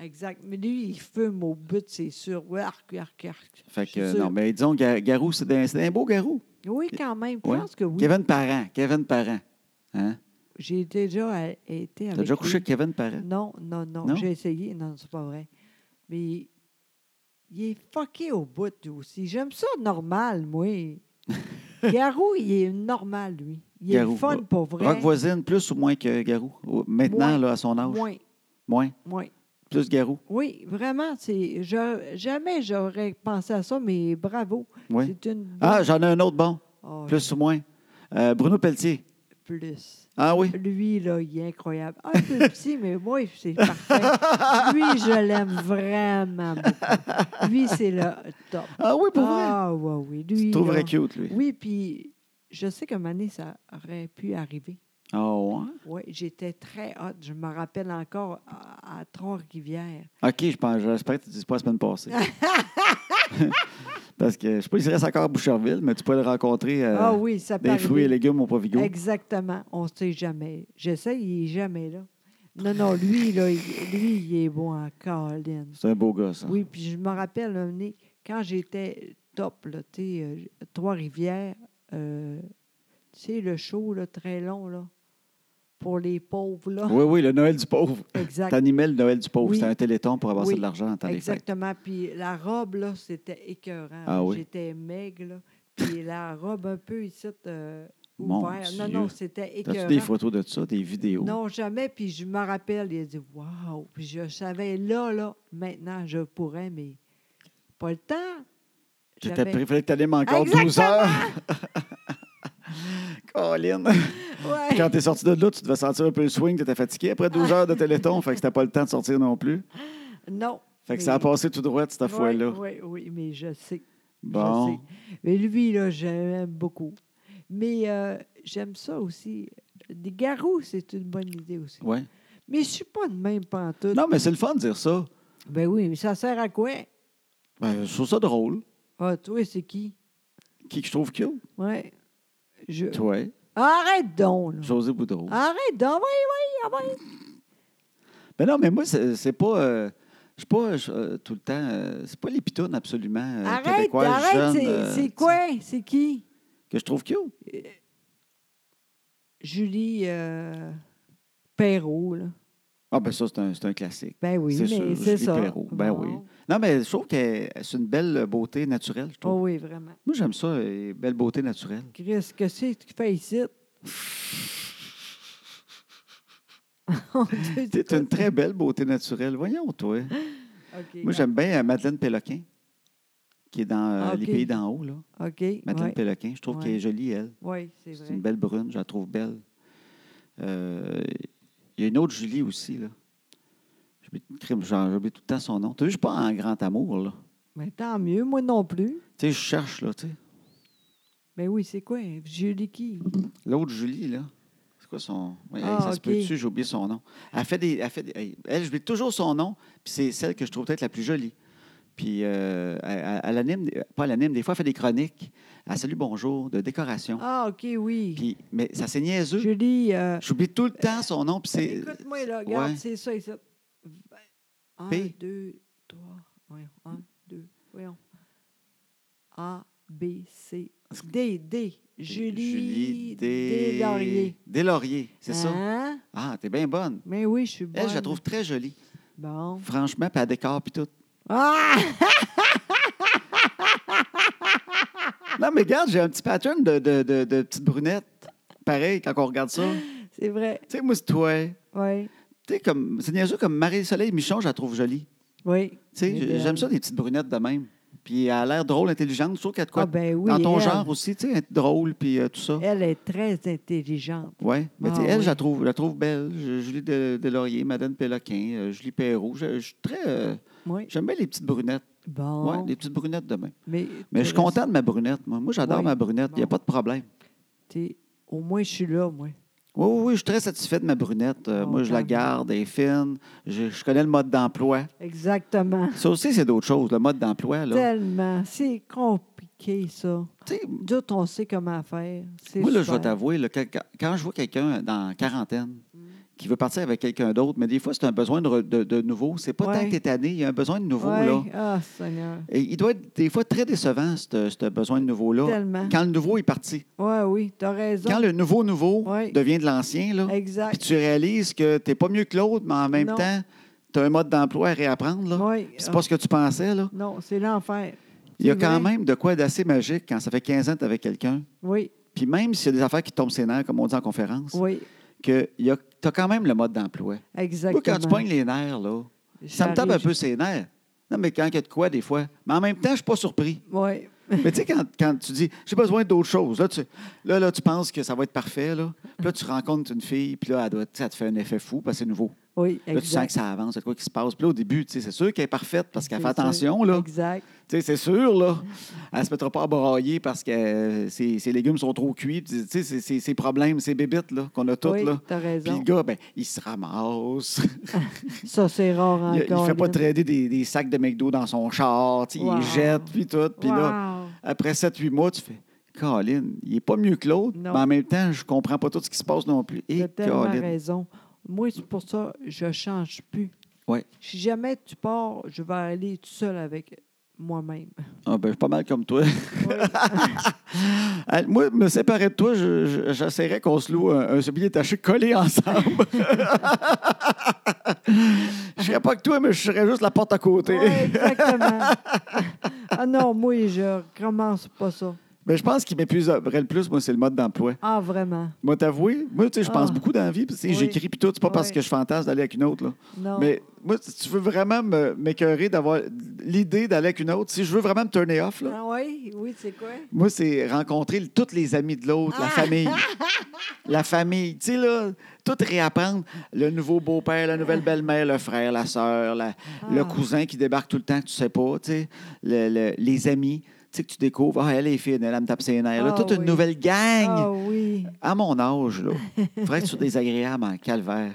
S2: exact. Mais lui, il fume au but, c'est sûr. Ouais, arc, arc, arc.
S1: Fait
S2: Je
S1: que,
S2: suis
S1: euh,
S2: sûre.
S1: non, mais disons, Ga- Garou, c'est un, c'est un beau Garou.
S2: Oui, quand même. Je
S1: Ouais.
S2: pense que oui.
S1: Kevin Parent, Kevin Parent. Hein?
S2: J'ai déjà à- été avec
S1: T'as déjà couché
S2: lui.
S1: avec Kevin Parent?
S2: Non, non, non.
S1: Non?
S2: J'ai essayé. Non, c'est pas vrai. Mais il est fucké au bout, lui aussi. J'aime ça normal,
S1: [laughs]
S2: moi. Garou, il est normal, lui. Il est
S1: Garou,
S2: le fun
S1: ro-
S2: pour vrai.
S1: Rock voisine, plus ou moins que Garou? Ou- Maintenant,
S2: Moins.
S1: là, à son âge?
S2: Moins,
S1: Moins.
S2: moins.
S1: Plus Garou?
S2: Oui, vraiment, c'est je- jamais j'aurais pensé à ça, mais bravo.
S1: Oui.
S2: C'est une bonne-
S1: Ah, j'en ai un autre bon.
S2: Oh,
S1: Plus ou moins. Euh, Bruno Pelletier.
S2: plus.
S1: Ah oui?
S2: Lui, là, il est incroyable. Un peu petit, mais moi, c'est parfait. Lui, je l'aime vraiment beaucoup. Lui, c'est le top.
S1: Ah oui, pour vrai?
S2: Ah, ouais, oui. Lui,
S1: Tu te trouverais
S2: là,
S1: cute, lui.
S2: Oui, puis je sais que année, ça aurait pu arriver.
S1: Ah ouais?
S2: Oui, j'étais très hot. Je me rappelle encore à, à Trois-Rivières.
S1: OK, je pense, j'espère que tu ne dises pas la semaine
S2: [laughs]
S1: passée. Parce que je ne sais pas s'il reste encore à Boucherville, mais tu peux le rencontrer euh,
S2: ah oui, ça peut
S1: des fruits et
S2: arriver.
S1: légumes au Provigo.
S2: Exactement. On ne sait jamais. J'essaie, il n'est jamais là. Non, non, lui, là, il- lui, il est bon en Caroline.
S1: C'est un beau gars, ça.
S2: Oui, puis je me rappelle, là, un moment donné, quand j'étais top, là, tu sais, euh, Trois-Rivières, euh, tu sais, le show, là, très long, là, pour les pauvres, là.
S1: Oui, oui, le Noël du pauvre.
S2: Exact.
S1: T'animais le Noël du pauvre.
S2: Oui.
S1: C'était un téléthon pour avancer
S2: Oui,
S1: de l'argent dans les fêtes.
S2: Exactement. Puis la robe, là, c'était écœurant.
S1: Ah
S2: là.
S1: oui?
S2: J'étais maigre, là. Puis la robe un peu ici, euh,
S1: Mon
S2: ouverte. Non,
S1: Dieu.
S2: non, c'était
S1: T'as-tu
S2: écœurant.
S1: des photos de ça, des vidéos?
S2: Non, jamais. Puis je me rappelle, il a dit Waouh! Puis je savais, là, là, maintenant, je pourrais, mais pas le temps.
S1: Tu
S2: J'avais-
S1: Il fallait que t'animes encore 12 heures.
S2: [laughs]
S1: Colin,
S2: Ouais.
S1: quand t'es sorti de là, tu devais sentir un peu le swing, t'étais fatigué après 12 heures de
S2: [laughs]
S1: téléthon, fait que t'as pas le temps de sortir non plus.
S2: Non.
S1: Fait que ça a
S2: mais-
S1: passé tout droit cette
S2: Oui,
S1: fois-là.
S2: Oui, oui, mais je sais. Je
S1: Bon.
S2: sais. Mais lui, là, j'aime beaucoup. Mais euh, j'aime ça aussi. Des garous, c'est une bonne idée aussi.
S1: Ouais.
S2: Mais je suis pas de même pantoute.
S1: Non, mais c'est le fun de dire ça.
S2: Ben oui, mais ça sert à quoi?
S1: Ben, je trouve ça drôle.
S2: Ah, toi, c'est qui?
S1: Qui que je trouve cute?
S2: Ouais. Je...
S1: Toi,
S2: Arrête donc, là.
S1: José Boudreau.
S2: Arrête donc, oui, oui, oui.
S1: Ben non, mais moi, c'est c'est pas. euh, je suis pas je- euh, tout le temps. euh, c'est pas les pitounes absolument euh,
S2: Arrête,
S1: québécoises
S2: arrête,
S1: jeunes,
S2: c'est
S1: euh,
S2: c'est quoi? C'est qui?
S1: Que je trouve cute.
S2: Julie euh, Perrault, là.
S1: Ah, ben ça, c'est un, c'est un classique.
S2: Ben oui,
S1: C'est
S2: mais
S1: sûr,
S2: c'est
S1: Julie
S2: ça.
S1: Perrault, ben
S2: Bon.
S1: oui. Non, mais je trouve que c'est une belle beauté naturelle, je trouve.
S2: Oh oui, vraiment.
S1: Moi, j'aime ça, euh, belle beauté naturelle.
S2: Chris, que c'est que tu fais ici? [laughs]
S1: C'est une très belle beauté naturelle. Voyons, toi.
S2: Ah. OK. ben,
S1: Moi, j'aime bien euh, Madeleine Péloquin, qui est dans euh,
S2: Ah,
S1: Les
S2: OK.
S1: Pays d'en haut, là.
S2: OK.
S1: Madeleine Péloquin, je trouve qu'elle
S2: Ouais.
S1: est jolie, elle.
S2: Oui, c'est
S1: C'est
S2: vrai.
S1: une belle brune, je la trouve belle. Euh, Il y a une autre Julie aussi, là. J'oublie crime, j'en- j'oublie tout le temps son nom. Tu sais, je suis pas en grand amour, là.
S2: Mais tant mieux, moi non plus.
S1: Tu sais, je cherche, là, tu sais.
S2: Mais oui, c'est quoi? Julie qui?
S1: Mm-hmm. L'autre Julie, là. C'est quoi son. Oui, hey,
S2: Ah,
S1: ça se
S2: OK.
S1: peut-tu, j'ai oublié son nom. Elle fait des. Elle, fait des- hey, elle, j'oublie toujours son nom, puis c'est celle que je trouve peut-être la plus jolie. Puis euh, elle, elle- elle anime, des- pas elle anime, des fois elle fait des chroniques à Salut Bonjour, de décoration.
S2: Ah, OK, oui.
S1: Puis, mais ça, c'est niaiseux.
S2: Julie, euh,
S1: J'oublie tout le temps son nom, puis c'est.
S2: écoute-moi, là, regarde,
S1: ouais.
S2: c'est ça, ici. Un,
S1: P.
S2: deux, trois, voyons, un, deux, voyons. A, B, C, D, D. Julie, D. Laurier.
S1: Des lauriers, c'est ça.
S2: Hein?
S1: Ah, t'es bien bonne.
S2: Mais oui, je suis bonne.
S1: Elle, je la trouve très jolie.
S2: Bon.
S1: Franchement, puis elle décore, puis tout.
S2: Ah!
S1: Non, mais regarde, j'ai un petit pattern de, de, de, de petite brunette. Pareil, quand on regarde ça.
S2: [gasps] C'est vrai.
S1: Tu sais, moi, c'est toi.
S2: Oui.
S1: Tu sais, comme, c'est niaiseux comme Marie-Soleil Michon, je la trouve jolie.
S2: Oui. Ah,
S1: Tu sais,
S2: Mais
S1: j'ai-
S2: belle.
S1: j'aime ça, des petites brunettes de même. Puis elle a l'air drôle, intelligente. Je trouve qu'elle a de quoi.
S2: Ah, ben oui.
S1: dans ton
S2: elle,
S1: genre aussi, tu sais, être drôle, puis euh, tout ça.
S2: Elle est très intelligente.
S1: Oui. Mais tu sais,
S2: Ah,
S1: elle,
S2: oui.
S1: je la trouve, je la trouve belle. Je- Julie de- Delaurier, Madame Péloquin, euh, Julie Perrault. Je, je suis très. euh,
S2: Oui.
S1: j'aime bien les petites brunettes.
S2: Bon.
S1: Ouais, les petites brunettes de même.
S2: Mais,
S1: Mais je suis content de ma brunette, moi. Moi, j'adore
S2: Ouais.
S1: ma brunette. Il n'y a
S2: Bon.
S1: pas de problème.
S2: T'es- Au moins, je suis là, moi.
S1: Oui, oui, oui, je suis très satisfait de ma brunette. Euh,
S2: Bon,
S1: moi, je la
S2: tant mieux.
S1: garde, elle est fine. Je, je connais le mode d'emploi.
S2: Exactement.
S1: Ça aussi, c'est d'autres choses, le mode d'emploi. là.
S2: Tellement. C'est compliqué, ça.
S1: Tu sais,
S2: D'autres, on sait comment faire. C'est
S1: Moi, là, je
S2: super.
S1: vais
S2: Mm.
S1: t'avouer, là, quand, quand- quand je vois quelqu'un dans la quarantaine qui veut partir avec quelqu'un d'autre, mais des fois, c'est un besoin de, re- de- de nouveau. C'est pas
S2: Ouais.
S1: tant que t'es tanné, il y a un besoin de nouveau.
S2: Ouais.
S1: Là.
S2: Ah, Seigneur.
S1: Et il doit être des fois très décevant, ce ce besoin de nouveau-là.
S2: Tellement.
S1: Quand le nouveau est parti.
S2: Oui, oui, t'as raison.
S1: Quand le nouveau-nouveau
S2: Ouais.
S1: devient de l'ancien, là, puis
S2: Exact.
S1: tu réalises que t'es pas mieux que l'autre, mais en même
S2: Non.
S1: temps, tu as un mode d'emploi à réapprendre. Là.
S2: Oui.
S1: Puis C'est pas ce que tu pensais. Là.
S2: Ah, Non, c'est l'enfer.
S1: Il y a
S2: C'est
S1: quand
S2: vrai.
S1: même de quoi d'assez magique quand ça fait 15 ans que tu avec quelqu'un.
S2: Oui,
S1: Puis même s'il y a des affaires qui tombent ses nerfs, comme on dit en conférence,
S2: oui,
S1: que tu as quand même le mode d'emploi.
S2: exactement.
S1: Moi, quand tu pognes les nerfs, là, ça me tape un peu ses nerfs. Non, mais quand il y a de quoi, des fois. Mais en même temps, je suis pas
S2: [laughs]
S1: surpris.
S2: Oui.
S1: Mais tu sais, quand, quand tu dis, j'ai besoin d'autre chose, là tu, là, là, tu penses que ça va être parfait, là. Puis là, tu rencontres une fille, puis là, elle doit, tu sais, ça te fait un effet fou, parce que c'est nouveau.
S2: Oui, exact.
S1: Là, tu sens que ça avance, c'est quoi qui se passe. Puis là, au début, tu sais, c'est sûr qu'elle est parfaite, parce qu'elle fait
S2: C'est ça.
S1: attention, là. Tu
S2: Exact.
S1: sais, c'est sûr, là. Elle se mettra pas à brailler parce que euh, ses, ses légumes sont trop cuits. Puis, tu sais, c'est- c'est ses problèmes, ses bébites, là, qu'on a toutes,
S2: oui,
S1: là.
S2: t'as
S1: Puis le
S2: raison.
S1: gars, ben, il se ramasse. [laughs]
S2: Ça, c'est rare
S1: Il,
S2: encore.
S1: il fait pas
S2: là.
S1: trader des, des sacs de McDo dans son char. tu sais, Il
S2: Wow.
S1: les jette, puis tout. Puis là,
S2: Wow.
S1: après 7-8 mois, tu fais Colin, il est pas mieux que l'autre,
S2: Non.
S1: mais en même temps, je comprends pas tout ce qui se passe non plus. Eh, Et
S2: T'as tellement
S1: Colin.
S2: raison. Moi, c'est pour ça je change plus.
S1: Ouais.
S2: Si jamais tu pars, je vais aller tout seul avec moi-même.
S1: Ah, ben, je suis pas mal comme toi. [laughs]
S2: Ouais.
S1: Ah, Moi, me séparer de toi, je- je- j'essaierais qu'on se loue un, un taché taché collé
S2: [laughs]
S1: ensemble. je serais pas que toi, mais je serais juste la porte à côté.
S2: Ouais, exactement.
S1: [laughs]
S2: ah non, moi, je commence pas ça.
S1: Mais je pense qu'il m'épuiserait le plus, moi, c'est le mode d'emploi.
S2: Ah, vraiment.
S1: Moi, t'avouer, moi, tu sais, je pense
S2: Ah.
S1: beaucoup dans la vie, puis tu sais,
S2: Oui.
S1: j'écris, puis tout, c'est pas parce
S2: Oui.
S1: que je fantasme d'aller avec une autre, là.
S2: Non.
S1: Mais moi, si tu veux vraiment me- m'écœurer d'avoir l'idée d'aller avec une autre, si je veux vraiment me turner off, là,
S2: Ah oui, oui, c'est quoi?
S1: moi, c'est rencontrer l- tous les amis de l'autre,
S2: Ah!
S1: la
S2: [laughs]
S1: famille. la famille, tu sais, là, tout réapprendre. Le nouveau beau-père, la nouvelle belle-mère, le frère, la sœur, la- le
S2: Ah.
S1: cousin qui débarque tout le temps que tu sais pas, tu sais, le- le- les amis, tu sais, que tu découvres, ah, elle est fine, elle elle me tape ses nerfs, là,
S2: Ah
S1: toute une
S2: oui.
S1: nouvelle gang.
S2: Ah oui.
S1: À mon âge, là, faudrait que tu sois désagréable en calvaire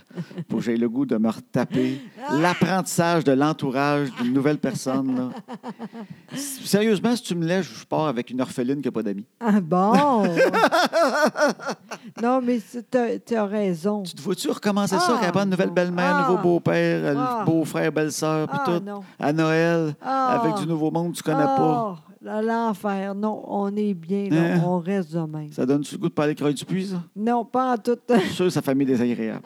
S1: pour que j'ai le goût de me retaper.
S2: Ah!
S1: L'apprentissage de l'entourage d'une nouvelle personne. là.
S2: [laughs]
S1: S- Sérieusement, si tu me lèves, je pars avec une orpheline qui n'a pas d'amis.
S2: Ah
S1: [laughs]
S2: bon? non, mais tu as raison.
S1: Tu te vois-tu recommencer ça,
S2: Ah,
S1: réapprendre une nouvelle
S2: non.
S1: belle-mère, un nouveau
S2: Ah.
S1: beau-père, un
S2: Ah.
S1: beau-frère, belle-sœur, puis
S2: Ah
S1: tout,
S2: non.
S1: à Noël,
S2: Ah.
S1: avec du nouveau monde que tu connais pas.
S2: Ah, là, L'enfer. Non, on est bien. là.
S1: Hein?
S2: On reste de même.
S1: Ça donne-tu le goût de parler creux du puits, ça?
S2: Non, pas en tout. [laughs]
S1: Je suis sûr que sa famille est désagréable.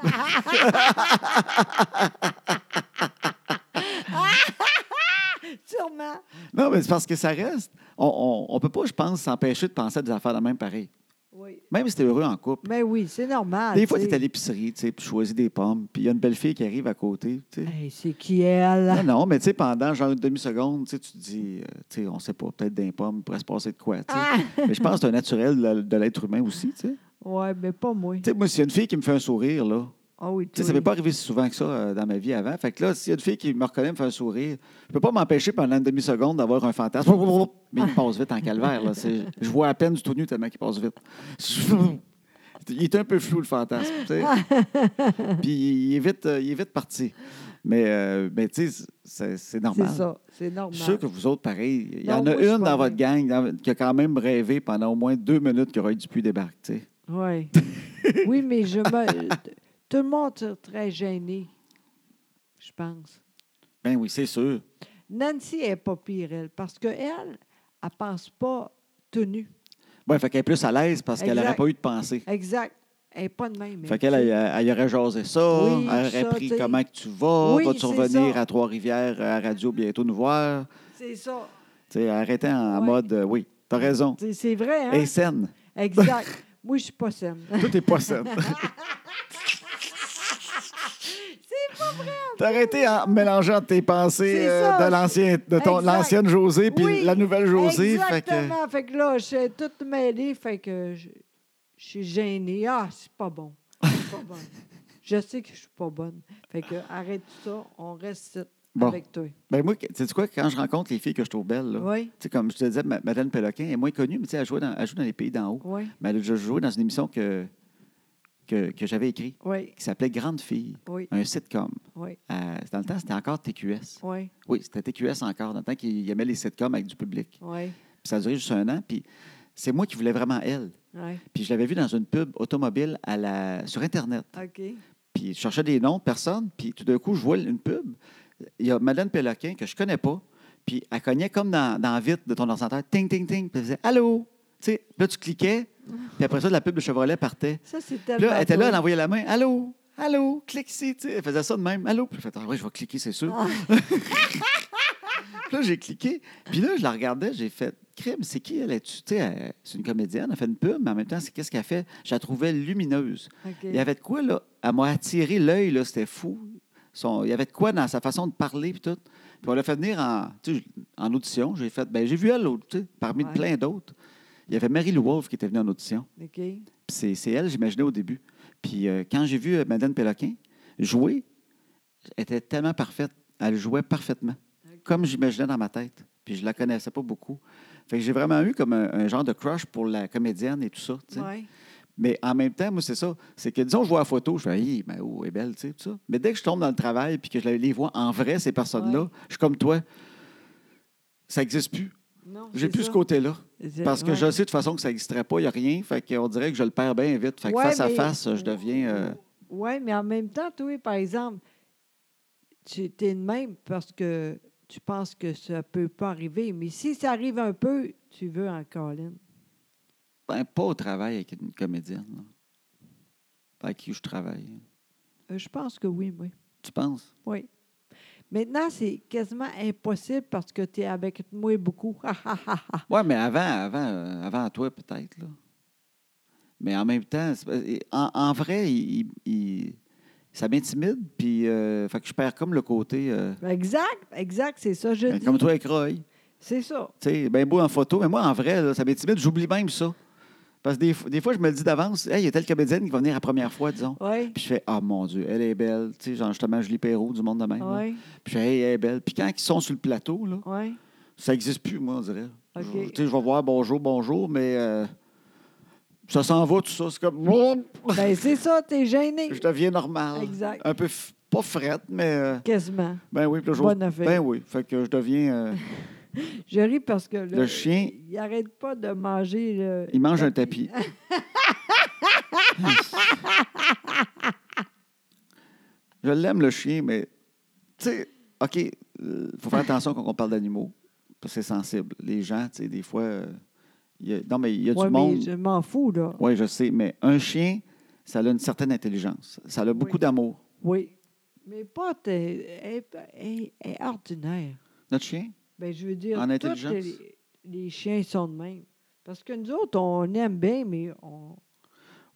S2: Sûrement.
S1: non, mais c'est parce que ça reste. On, on, on peut pas, je pense, s'empêcher de penser à des affaires de même pareil.
S2: Oui.
S1: Même si t'es heureux en couple.
S2: Mais oui, c'est normal.
S1: Des fois,
S2: Ah, tu
S1: tu
S2: sais.
S1: es à l'épicerie, tu sais, puis tu choisis des pommes, puis il y a une belle fille qui arrive à côté. tu sais.
S2: Hey, c'est qui elle?
S1: Non, non, mais tu sais, pendant genre une demi-seconde, tu sais, tu te dis, euh, tu sais, on sait pas, peut-être d'un pomme, il pourrait se passer de quoi. tu sais.
S2: Ah!
S1: Mais je pense que c'est un naturel de, de l'être humain aussi. Tu sais.
S2: Ouais, mais pas moi.
S1: Tu sais, moi, s'il y a une fille qui me fait un sourire, là,
S2: Ah oui,
S1: tu sais,
S2: toi.
S1: ça m'est pas arrivé si souvent que ça euh, dans ma vie avant. Fait que là, s'il y a une fille qui me reconnaît, me fait un sourire, je peux pas m'empêcher pendant une demi-seconde d'avoir un fantasme. [laughs] Mais il passe vite en calvaire. Là. C'est- Je vois à peine du tout nu tellement qu'il passe vite. [laughs] Il est un peu flou, le fantasme. tu
S2: [laughs]
S1: sais. Puis il est vite, euh, il est vite parti. Mais, euh, mais tu sais, c'est, c'est
S2: C'est
S1: normal.
S2: ça, c'est
S1: Je
S2: normal.
S1: suis sûr que vous autres, pareil, il y
S2: Non,
S1: en a
S2: moi, je suis
S1: une
S2: pas
S1: dans votre
S2: même.
S1: gang dans- qui a quand même rêvé pendant au moins deux minutes que Roy Dupuis débarque. tu sais. [laughs]
S2: Oui. oui, mais je me. Tout le monde est très gêné, je pense.
S1: Ben oui, c'est sûr.
S2: Nancy est pas pire, elle, parce qu'elle, elle ne pense pas tenue.
S1: Ouais, fait qu'elle est plus à l'aise parce qu'elle
S2: Exact.
S1: n'aurait pas eu de pensée.
S2: Exact. Elle n'est pas de même.
S1: Fait
S2: elle,
S1: qu'elle,
S2: tu
S1: elle,
S2: sais.
S1: elle aurait jasé ça,
S2: Oui,
S1: elle aurait
S2: ça,
S1: appris
S2: t'sais.
S1: comment que tu vas,
S2: Oui,
S1: vas-tu
S2: c'est
S1: revenir
S2: ça.
S1: à Trois-Rivières à la radio bientôt nous voir.
S2: C'est ça.
S1: T'sais, arrêtez en
S2: Ouais.
S1: mode, euh, oui, t'as raison.
S2: C'est- C'est vrai, hein?
S1: Et [laughs] saine.
S2: Exact. Moi, je suis pas saine.
S1: Toi, t'es pas saine.
S2: [laughs] C'est pas vrai.
S1: T'as arrêté en mélangeant tes pensées
S2: C'est
S1: euh,
S2: ça,
S1: de l'ancien, de ton,
S2: Exact.
S1: l'ancienne Josée puis
S2: Oui,
S1: la nouvelle Josée. Fait que-
S2: Exactement. Fait que... là, je suis toute mêlée. Fait que je, je suis gênée. Ah, c'est pas bon. Je suis pas
S1: [laughs]
S2: bonne. Je sais que je suis pas bonne. Fait que arrête ça. On reste ici
S1: Bon.
S2: avec toi.
S1: ben moi, tu sais quoi, quand je rencontre les filles que je trouve belles, là,
S2: Oui,
S1: t'sais, comme je te disais, Ma- Madeleine Péloquin est moins connue, mais t'sais, elle, joue dans, elle joue dans les pays d'en haut.
S2: oui,
S1: Mais elle a déjà joué dans une émission que, que, que j'avais écrite
S2: oui,
S1: qui s'appelait Grande Fille,
S2: oui,
S1: un sitcom.
S2: oui,
S1: Euh, dans le temps, c'était encore TQS.
S2: oui,
S1: Oui, c'était TQS encore, dans le temps qu'il aimait les sitcoms avec du public.
S2: oui,
S1: Puis ça a duré juste un an, puis c'est moi qui voulais vraiment elle.
S2: oui.
S1: Puis je l'avais vue dans une pub automobile à la... sur Internet.
S2: OK.
S1: Puis je cherchais des noms de personnes, puis tout d'un coup, je vois une pub. Il y a Madeleine Péloquin que je connais pas, puis elle cognait comme dans, dans Vite de ton ordinateur, ting, ting, ting, puis elle faisait Allô? Tu sais, puis là, tu cliquais, puis après ça, la pub de Chevrolet partait.
S2: Ça, c'est
S1: Puis
S2: tellement.
S1: là, elle était là, elle
S2: drôle.
S1: envoyait la main. Allô? Allô? Clique ici. tu sais. Elle faisait ça de même. Allô? Puis j'ai fait, ah ouais, je vais cliquer, c'est sûr. [laughs] Puis là, j'ai cliqué. Puis là, je la regardais, j'ai fait, crime, c'est qui elle? est-tu? Tu sais, elle- C'est une comédienne, elle fait une pub, mais en même temps, c'est qu'est-ce qu'elle fait? Je la trouvais lumineuse.
S2: OK.
S1: Il y avait de quoi, là? Elle m'a attiré l'œil, là, c'était fou. Son- il y avait de quoi dans sa façon de parler, puis tout. Puis on l'a fait venir en, tu sais, en audition. J'ai fait, ben j'ai vu elle, l'autre, tu sais, parmi
S2: Ouais.
S1: plein d'autres. Il y avait Mary Lou Wolfe qui était venue en audition.
S2: OK.
S1: Puis C'est c'est elle, j'imaginais au début. Puis euh, quand j'ai vu euh, Madeleine Péloquin jouer, elle était tellement parfaite. Elle jouait parfaitement, comme j'imaginais dans ma tête. Puis je la connaissais pas beaucoup. Fait que j'ai vraiment eu comme un, un genre de crush pour la comédienne et tout ça. tu sais.
S2: Oui.
S1: Mais en même temps, moi, c'est ça. C'est que, disons, je vois la photo, je fais, Hi, mais oh, elle est belle, tu sais, tout ça. Mais dès que je tombe dans le travail puis que je les vois en vrai, ces personnes-là,
S2: Ouais.
S1: je suis comme toi. Ça n'existe plus.
S2: Non.
S1: J'ai
S2: c'est
S1: plus
S2: ça.
S1: ce côté-là.
S2: C'est-
S1: Parce que
S2: ouais.
S1: je sais de toute façon que ça n'existerait pas, il n'y a rien. Fait qu'on dirait que je le perds bien vite. Fait que
S2: Ouais,
S1: face à
S2: mais-
S1: face, je deviens. euh,
S2: Oui, mais en même temps, toi, par exemple, tu es de même parce que tu penses que ça peut pas arriver, mais si ça arrive un peu, tu veux en colline.
S1: Ben, pas au travail avec une comédienne. là. Pas avec qui je travaille.
S2: Euh, Je pense que oui, oui.
S1: Tu penses?
S2: Oui. Maintenant, c'est quasiment impossible parce que tu es avec moi beaucoup. [laughs] Ha, ha, ha, ha.
S1: Ouais, mais avant, avant, euh, avant toi, peut-être. là. Mais en même temps, c'est pas- et en, en vrai, il, il- il- ça m'intimide, puis euh, fait que je perds comme le côté. euh,
S2: exact, exact, c'est ça, je
S1: ben,
S2: dis.
S1: comme toi avec Roy.
S2: C'est ça.
S1: Tu sais, bien beau en photo, mais moi, en vrai, là, ça m'intimide, j'oublie même ça. Parce que des, fo- des fois, je me dis d'avance, Hey, il y a telle comédienne qui va venir la première fois, disons.
S2: Oui.
S1: Puis je fais, ah mon Dieu, elle est belle. Tu sais, genre justement Julie Perrault, du monde de même. là.
S2: Oui.
S1: Puis je fais, hey, elle est belle. Puis quand ils sont sur le plateau, là,
S2: Oui.
S1: ça n'existe plus, moi, on dirait.
S2: OK.
S1: Je, tu sais, je vais voir bonjour, bonjour, mais euh, ça s'en va, tout ça. C'est comme, [laughs]
S2: Ben, c'est ça, tu es gêné.
S1: je deviens normal.
S2: Exact.
S1: Un peu, f- pas frette, mais. euh,
S2: Quasiment.
S1: ben oui, puis là, je
S2: Bonne affaire.
S1: Ben oui, fait que je deviens. euh,
S2: Je ris parce que là,
S1: Le chien-
S2: Il n'arrête pas de manger. le-
S1: il mange un
S2: [laughs]
S1: tapis. je l'aime, le chien, mais. Tu sais, OK, il faut faire attention quand on parle d'animaux, parce que c'est sensible. Les gens, tu sais, des fois. euh, il y a- non, mais il y a
S2: Ouais,
S1: du
S2: mais
S1: monde.
S2: je m'en fous, là.
S1: Oui, je sais, mais un chien, ça a une certaine intelligence. Ça a beaucoup d'amour.
S2: Oui. Mais pas t'es- est, est- est ordinaire.
S1: Notre chien?
S2: Ben, je veux dire,
S1: En
S2: tous
S1: intelligence?
S2: Les, les chiens sont de même. Parce que nous autres, on aime bien, mais on.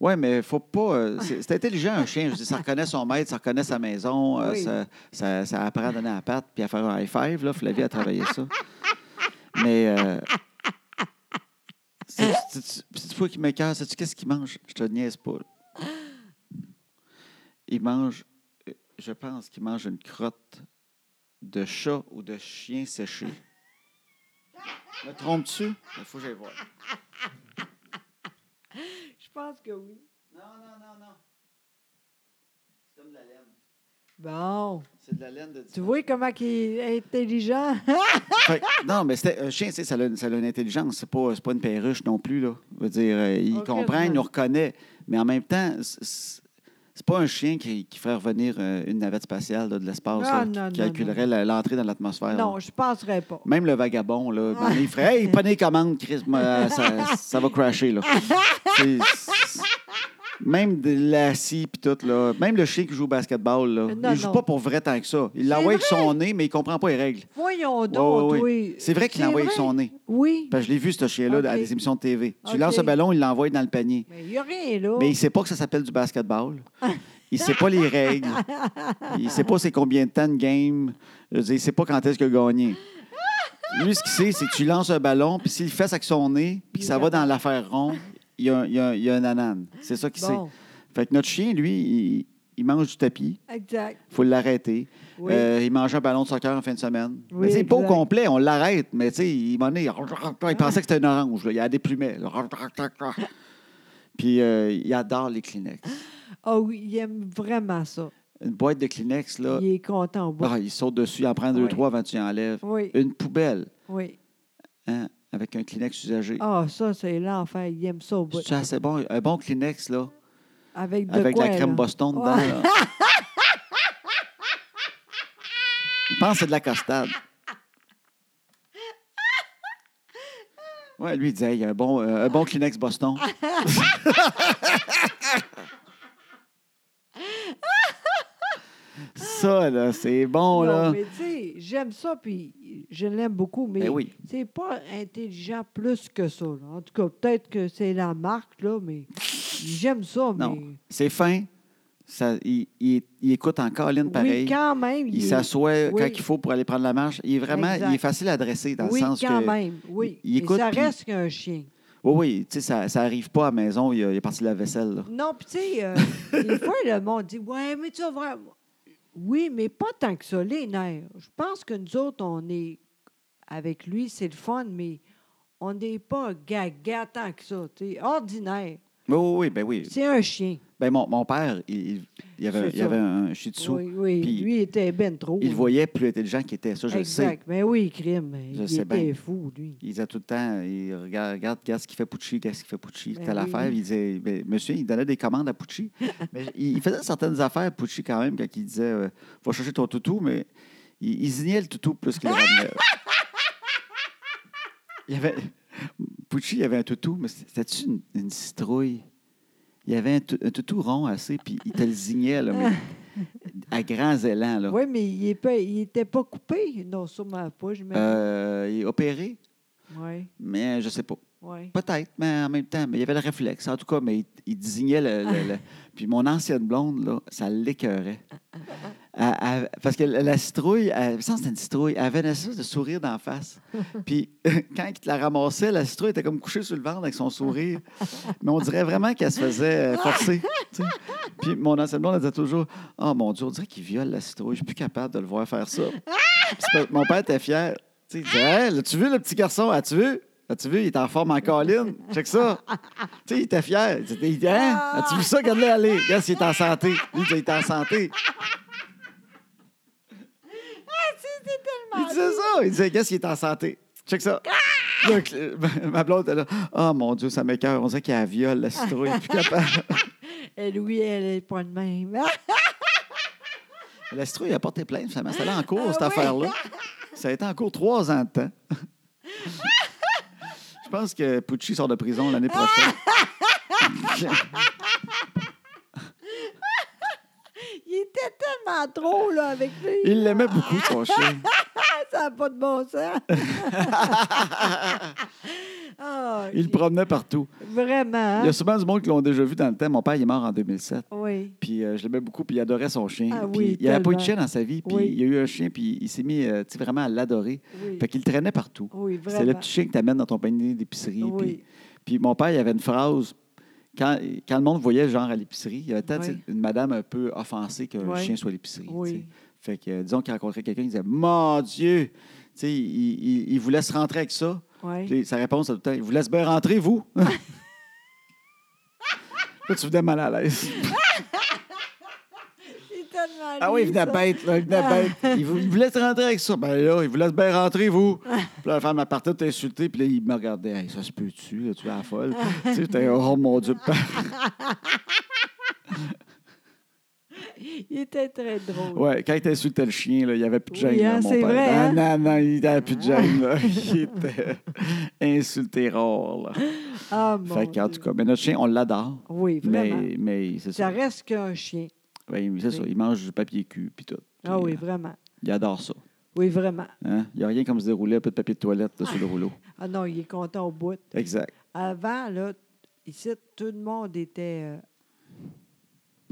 S1: Oui, mais faut pas. euh, c'est c'est intelligent, un chien. Je dis, ça reconnaît son maître, ça reconnaît sa maison, euh,
S2: Oui.
S1: ça, ça- ça apprend à donner la patte puis à faire un high five. Là, Flavie a travaillé ça. Mais. euh, c'est- c'est- c'est- C'est toi qui m'écœure. Sais-tu qu'est-ce qu'il mange? Je te niaise pas. là. Il mange. euh, Je pense qu'il mange une crotte de chat ou de chien séché. Me trompes-tu? Il faut que j'aille voir.
S2: Je pense que oui.
S1: Non, non, non, non. C'est comme de la laine.
S2: Bon.
S1: C'est de la laine de
S2: Tu vois comment il est intelligent? [laughs]
S1: Ben, Fait que- non, mais c'était un chien, tu sais, ça a, une- ça a une intelligence. C'est pas, c'est pas une perruche non plus, là. Je veux dire, euh, il
S2: Ok,
S1: comprend, il
S2: ouais.
S1: nous reconnaît. Mais en même temps, c'est- c'est c'est pas un chien qui, qui ferait revenir euh, une navette spatiale là, de l'espace,
S2: Ah,
S1: là, qui
S2: non, non,
S1: calculerait la- l'entrée dans l'atmosphère. là.
S2: non, je ne penserais pas.
S1: Même le vagabond, là, ben, il ferait Hey, prenez les commandes, Chris, moi, ça, ça va crasher. Là. C'est- c'est- Même de la scie puis tout, là. Même le chien qui joue au basketball, là,
S2: Non,
S1: il joue
S2: non.
S1: pas pour vrai tant que ça. Il l'envoie
S2: vrai.
S1: avec son nez, mais il comprend pas les règles.
S2: Voyons donc,
S1: Ouais, ouais,
S2: oui.
S1: C'est vrai qu'il l'envoie avec son Ben, nez.
S2: Oui.
S1: Parce que je l'ai vu, ce chien-là, à
S2: Ok.
S1: des émissions de TV. Tu
S2: Ok.
S1: lances le ballon, il l'envoie dans le panier.
S2: Mais il n'y a rien, là.
S1: Mais il sait pas que ça s'appelle du basketball. Il sait pas les règles. Il sait pas c'est combien de temps de game. Je veux dire, il sait pas quand est-ce qu'il a gagné. Lui, ce qu'il sait, c'est que tu lances un ballon, puis s'il fait ça avec son nez, puis que ça va dans l'affaire rond, il y a, un- il y a un- il y a un anane. C'est ça qu'il
S2: Bon,
S1: sait. Fait que notre chien, lui, il, il mange du tapis.
S2: exact.
S1: faut l'arrêter.
S2: Oui.
S1: Euh, il mange un ballon de soccer en fin de semaine.
S2: Oui,
S1: Mais c'est pas au
S2: exact.
S1: complet, on l'arrête, mais tu sais, il, m'en est- il pensait que c'était une orange, là. il a des plumets. là. Puis euh, il adore les Kleenex.
S2: Ah oui, il aime vraiment ça.
S1: Une boîte de Kleenex, là,
S2: Il est content au bout.
S1: ah, il saute dessus, il en prend deux,
S2: Oui.
S1: trois avant que tu enlèves.
S2: Oui,
S1: Une poubelle
S2: oui.
S1: hein, avec un Kleenex usagé.
S2: Ah, ça, c'est l'enfer. Il aime ça au bout.
S1: C'est assez bon. Un bon Kleenex, là,
S2: Avec de
S1: avec de
S2: quoi,
S1: la crème
S2: là?
S1: Boston dedans.
S2: Ouais.
S1: là. Il pense que c'est de la costade. Ouais, lui, il disait, il y a un bon, euh, un bon Kleenex Boston. [laughs] Ça, là, c'est bon, là.
S2: Non, mais tu sais, j'aime ça, puis je l'aime beaucoup, mais
S1: Ben oui.
S2: c'est pas intelligent plus que ça. là. En tout cas, peut-être que c'est la marque, là, mais j'aime ça, mais...
S1: Non, c'est fin. Ça, il, il- il écoute en colline pareil.
S2: Oui, quand même.
S1: il
S2: est-
S1: s'assoit quand
S2: oui.
S1: il faut pour aller prendre la marche. Il est vraiment
S2: Exact.
S1: il est facile à dresser dans
S2: Oui,
S1: le sens
S2: quand
S1: que.
S2: même, oui.
S1: il
S2: Mais
S1: écoute,
S2: ça
S1: puis-
S2: reste qu'un chien.
S1: Oui, oui, tu sais, ça, ça arrive pas à la maison, il, a- il est parti de la vaisselle. là.
S2: Non, puis tu sais, euh, des fois, le monde dit Ouais, mais tu vas voir. Oui, mais pas tant que ça, les nerfs. Je pense que nous autres, on est avec lui, c'est le fun, mais on n'est pas gaga tant que ça, tu sais, ordinaire.
S1: Oui, oui, oui, ben oui.
S2: C'est un chien.
S1: Ben mon, mon père, il, il- il y avait,
S2: C'est
S1: il y
S2: ça.
S1: avait un shih tzu.
S2: Oui, oui.
S1: Puis-
S2: lui, il était ben trop.
S1: Il le
S2: là.
S1: voyait plus intelligent qu'il était, ça, je le sais.
S2: exact. Mais oui, crime. hein.
S1: Je
S2: il
S1: sais
S2: était
S1: bien.
S2: fou, lui.
S1: Il disait tout le temps, il regarde, regarde, regarde ce qu'il fait Pucci, qu'est-ce qu'il fait Pucci,
S2: Ben
S1: telle
S2: oui.
S1: affaire. Il disait, ben, monsieur, il donnait des commandes à
S2: [laughs]
S1: Pucci. mais il, il faisait certaines affaires, Pucci, quand même, quand il disait, euh, va chercher ton toutou, mais il, il zignait le toutou plus qu'il le ramenait. il y avait, Pucci, il avait un toutou, mais c'était-tu une, une citrouille? Il avait un, tou- un toutou rond assez, puis il te le zignait, là, mais
S2: [laughs]
S1: à grands élans. Là.
S2: Oui, mais il est pas- il n'était pas, coupé. Non, sûrement pas, je
S1: Euh, il est opéré,
S2: Oui,
S1: mais je sais pas.
S2: oui.
S1: Peut-être, mais en même temps, mais il y avait le réflexe. En tout cas, mais il, il désignait le, le- le- Puis mon ancienne blonde, là, ça l'écœurait. Elle- elle- parce que la la citrouille, elle, il me semble que c'était une citrouille, elle avait une espèce de sourire d'en face. Puis [laughs] quand il te la ramassait, la citrouille était comme couchée sur le ventre avec son sourire. Mais on dirait vraiment qu'elle se faisait euh, forcer. tu sais. Puis mon ancienne blonde, elle disait toujours Oh mon Dieu, on dirait qu'il viole la citrouille, je suis plus capable de le voir faire ça. Puis c'est pas- mon père était fier. Tu sais, il disait, Hey, l'as-tu vu le petit garçon? As-tu vu? As-tu vu? Il est en forme en colline. Check ça. tu sais, il était fier. Il disait, Il disait, Hein? As-tu vu ça? Regarde-le aller. Regarde s'il est en santé. Lui, il est en santé. Il disait ça. Il disait, qu'est-ce qu'il est en santé? Check ça. Donc, [laughs] euh, ma blonde, elle a Oh mon Dieu, ça m'écœure. On dirait qu'elle viole la citrouille. Elle est plus capable.
S2: Et Louis, elle est pas de même. [laughs] Ah,
S1: La citrouille a porté plainte, finalement. C'était allé en cours,
S2: Ah
S1: cette
S2: oui?
S1: affaire-là. Ça a été en cours trois ans de
S2: [laughs]
S1: temps. Je pense que Pucci sort de prison l'année prochaine.
S2: il était tellement trop, là, avec lui.
S1: [laughs] Il l'aimait beaucoup, son chien.
S2: Ah, ça n'a pas de bon
S1: [laughs]
S2: sens. Ah,
S1: Il le promenait partout.
S2: Vraiment. hein?
S1: Il y a souvent du monde qui l'ont déjà vu dans le temps. Mon père, il est mort en 2007.
S2: Oui.
S1: Puis euh, je l'aimais beaucoup, puis il adorait son chien.
S2: Ah
S1: Puis
S2: oui,
S1: il n'y avait pas eu de chien
S2: tellement.
S1: dans sa vie, puis
S2: Oui.
S1: il y a eu un chien, puis il s'est mis euh, tu sais, vraiment à l'adorer.
S2: Oui.
S1: Fait qu'il le traînait partout.
S2: Oui,
S1: C'est le
S2: vraiment.
S1: petit chien que tu amènes dans ton panier d'épicerie.
S2: Oui.
S1: Puis, puis mon père, il avait une phrase. Quand, quand le monde voyait genre à l'épicerie, il y avait tant
S2: Oui.
S1: une madame un peu offensée qu'un
S2: Oui.
S1: chien soit à l'épicerie. tu
S2: Oui.
S1: sais. Fait que, euh, disons qu'il rencontrait quelqu'un, il disait Mon Dieu Tu sais, il, il, il vous laisse rentrer avec ça.
S2: Oui.
S1: Puis sa réponse, c'est tout le temps Il vous laisse bien rentrer, vous [laughs] Là, tu venais mal à
S2: [laughs]
S1: l'aise.
S2: Il est tellement
S1: Ah oui, il
S2: lui,
S1: venait
S2: ça. Ah.
S1: bête, là, il venait bête. Il vous, il vous laisse rentrer avec ça. Ben là, il vous laisse bien rentrer, vous.
S2: Ah.
S1: Puis là, la femme, elle partait t'insulter, puis là, il me regardait. Hey, ça se peut-tu, là, tu es la folle?
S2: Ah.
S1: tu sais, t'es, oh mon Dieu, père.
S2: Il était très drôle.
S1: Ouais, quand il t'insultait le chien, là, il n'y avait plus de gêne,
S2: Oui,
S1: là,
S2: hein,
S1: mon
S2: c'est
S1: père.
S2: vrai,
S1: Ah,
S2: hein? Ah.
S1: Non, non, il n'avait plus de gêne, là. [laughs] Il était insulté rare, là.
S2: Ah, mon
S1: fait qu'en
S2: Dieu.
S1: tout cas, mais notre chien, on l'adore.
S2: Oui, vraiment.
S1: Mais, mais c'est
S2: ça
S1: ça.
S2: reste qu'un chien.
S1: Ben, c'est ça. Il mange du papier cul, puis tout.
S2: Ah
S1: Puis,
S2: oui,
S1: euh,
S2: vraiment.
S1: Il adore ça.
S2: Oui, vraiment.
S1: hein. Il n'y a rien comme se dérouler un peu de papier de toilette là, sur le rouleau.
S2: Ah non, il est content au bout.
S1: Exact.
S2: Avant, là, ici, tout le monde était. euh,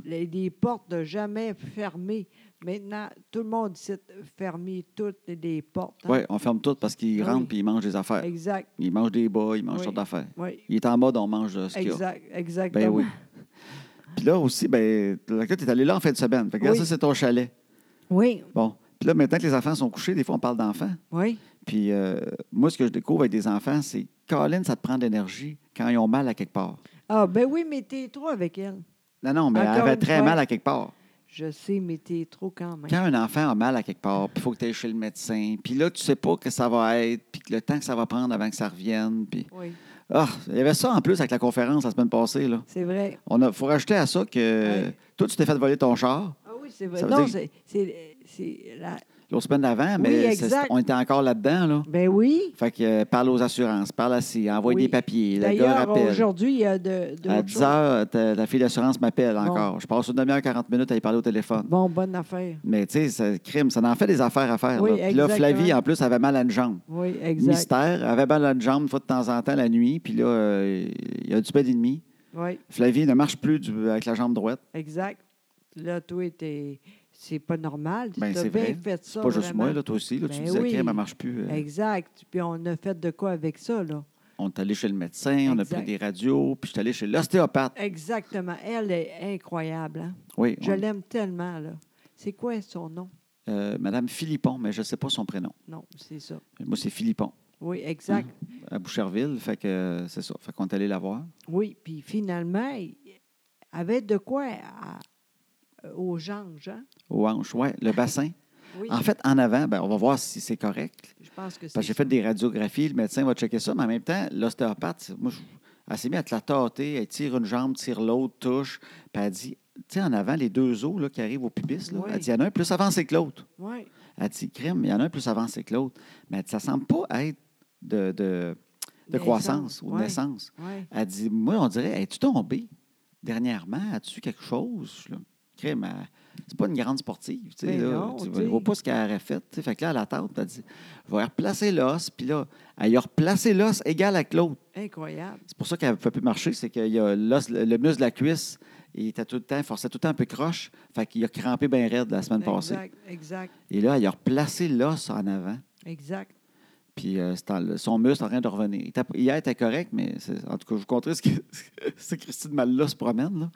S2: les, les portes de jamais fermées. Maintenant, tout le monde ici fermé toutes les portes. hein.
S1: Oui, on ferme tout parce qu'il
S2: Ah
S1: rentre
S2: oui.
S1: puis il mange des affaires.
S2: Exact.
S1: Il mange des bas, il mange
S2: Oui.
S1: toutes sortes d'affaires.
S2: Oui.
S1: Il est en mode, on mange euh, ce qu'il y a.
S2: Exact. Exactement.
S1: Ben oui. Puis là aussi, ben, là, tu es allé là en fin de semaine. Fait que là,
S2: Oui.
S1: ça, c'est ton chalet.
S2: Oui.
S1: Bon. Puis là, maintenant que les enfants sont couchés, des fois, on parle d'enfants.
S2: Oui.
S1: Puis euh, moi, ce que je découvre avec des enfants, c'est Colin, ça te prend de l'énergie quand ils ont mal à quelque part.
S2: Ah, ben oui, mais t'es trop avec elle.
S1: Non, non, mais elle
S2: Encore
S1: avait
S2: une
S1: très
S2: fois.
S1: mal à quelque part.
S2: Je sais, mais t'es trop quand même.
S1: Quand un enfant a mal à quelque part, puis il faut que tu ailles chez le médecin, puis là, tu sais pas que ça va être, puis que le temps que ça va prendre avant que ça revienne. Puis...
S2: Oui.
S1: Ah, il y avait ça en plus avec la conférence la semaine passée, là.
S2: C'est vrai.
S1: On a, faut rajouter à ça que
S2: Ouais.
S1: toi, tu t'es fait voler ton char
S2: Ah oui, c'est vrai.
S1: Ça veut
S2: Non,
S1: dire-
S2: c'est- c'est. c'est la-
S1: l'autre semaine d'avant,
S2: Oui,
S1: mais c'est-
S2: exact.
S1: on était encore là-dedans. Là.
S2: Ben oui.
S1: Fait que euh, parle aux assurances, parle à si, envoie
S2: Oui.
S1: des papiers, le gars
S2: D'ailleurs,
S1: rappelle.
S2: aujourd'hui, il y a de. de
S1: À
S2: autre
S1: 10
S2: chose.
S1: heures, euh, ta, ta fille d'assurance m'appelle encore. Je passe une demi-heure, 40 minutes à y parler au téléphone.
S2: Bon, bonne affaire.
S1: Mais tu sais, c'est crime, ça en fait des affaires à faire.
S2: Oui,
S1: là. Puis là,
S2: exactement.
S1: Flavie, en plus, avait mal à une jambe.
S2: Oui, exact.
S1: Mystère, avait mal à une jambe une fois de temps en temps la nuit, puis là, euh, il y a du bed et demi.
S2: Oui,
S1: Flavie ne marche plus du- avec la jambe droite.
S2: exact. Là, toi, t'es- c'est pas normal.
S1: Ben,
S2: T'as
S1: c'est
S2: bien
S1: vrai.
S2: fait ça.
S1: Pas juste
S2: vraiment.
S1: moi, là, toi aussi. Là, tu
S2: Ben
S1: disais,
S2: oui.
S1: crime, elle marche plus. euh,
S2: Exact. Puis on a fait de quoi avec ça, là?
S1: On est allé chez le médecin, on a
S2: Exact.
S1: pris des radios, puis je suis allé chez l'ostéopathe.
S2: Exactement. Elle est incroyable. hein?
S1: Oui,
S2: Je
S1: on-
S2: l'aime tellement, là. C'est quoi son nom?
S1: euh, Madame Philippon, mais je ne sais pas son prénom.
S2: Non, c'est ça.
S1: Moi, c'est Philippon.
S2: Oui, exact.
S1: à Boucherville. Fait que euh, c'est ça. Fait qu'on est allé la voir.
S2: Oui, puis finalement, il avait de quoi à- aux anges, hein?
S1: Au hanche, ouais. Le bassin.
S2: Oui,
S1: En fait, en avant, ben, on va voir si c'est correct.
S2: je pense que c'est
S1: Parce que j'ai fait des radiographies, le médecin va checker ça, mais en même temps, l'ostéopathe, c'est- moi, je- elle s'est mise à te la tâter, elle tire une jambe, tire l'autre, touche, puis elle dit, tu sais, en avant, les deux os là, qui arrivent au pubis, là,
S2: Oui.
S1: elle dit, il y en a un plus avancé que l'autre.
S2: Oui,
S1: Elle dit, crème, il y en a un plus avancé que l'autre. Mais elle dit, ça semble pas être de, de- de
S2: Naissance,
S1: croissance ou de
S2: ouais.
S1: naissance.
S2: oui.
S1: Elle dit, moi, on dirait, es-tu tombée dernièrement? As-tu quelque chose? Là? Crème, elle- c'est pas une grande sportive. Tu sais,
S2: Ben
S1: là.
S2: non,
S1: Tu
S2: tu
S1: vois, je
S2: sais.
S1: vois pas ce qu'elle aurait fait. tu sais. Fait que là, elle attend, elle dit, je vais replacer l'os. Puis là, elle a replacé l'os égal à l'autre.
S2: Incroyable.
S1: C'est pour ça qu'elle ne pouvait plus marcher, c'est que le, le muscle de la cuisse, il était tout le temps, forçait tout le temps un peu croche. Fait qu'il a crampé bien raide la semaine passée.
S2: Exact, exact,
S1: Et là, elle a replacé l'os en avant.
S2: exact.
S1: Puis euh, c'est en- son muscle est en train de revenir. Il était- hier, il était correct, mais c'est- en tout cas, je vous conterai ce que, [laughs] ce que Christine Malla se promène. là.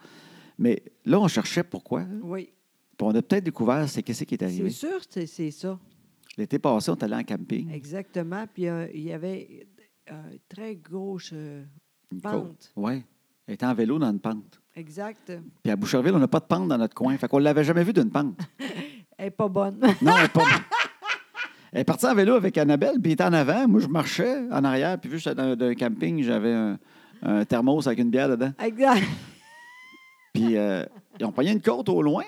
S1: Mais là, on cherchait pourquoi. hein.
S2: Oui,
S1: Puis on a peut-être découvert c'est qu'est-ce qui est
S2: c'est
S1: arrivé.
S2: sûr, c'est c'est ça.
S1: L'été passé, on est allé en camping.
S2: Exactement. Puis euh, il y avait une très grosse euh,
S1: Une
S2: pente.
S1: Oui. Elle était en vélo dans une pente.
S2: Exact.
S1: Puis à Boucherville, on n'a pas de pente dans notre coin. Fait qu'on l'avait jamais vu d'une pente.
S2: Elle n'est pas bonne. [laughs]
S1: Non, elle est pas. Elle est partie en vélo avec Annabelle, puis elle était en avant. Moi, je marchais en arrière, puis vu que j'étais dans- d'un camping, j'avais un, un thermos avec une bière dedans.
S2: exact.
S1: Puis euh, ils ont pogné une côte au loin,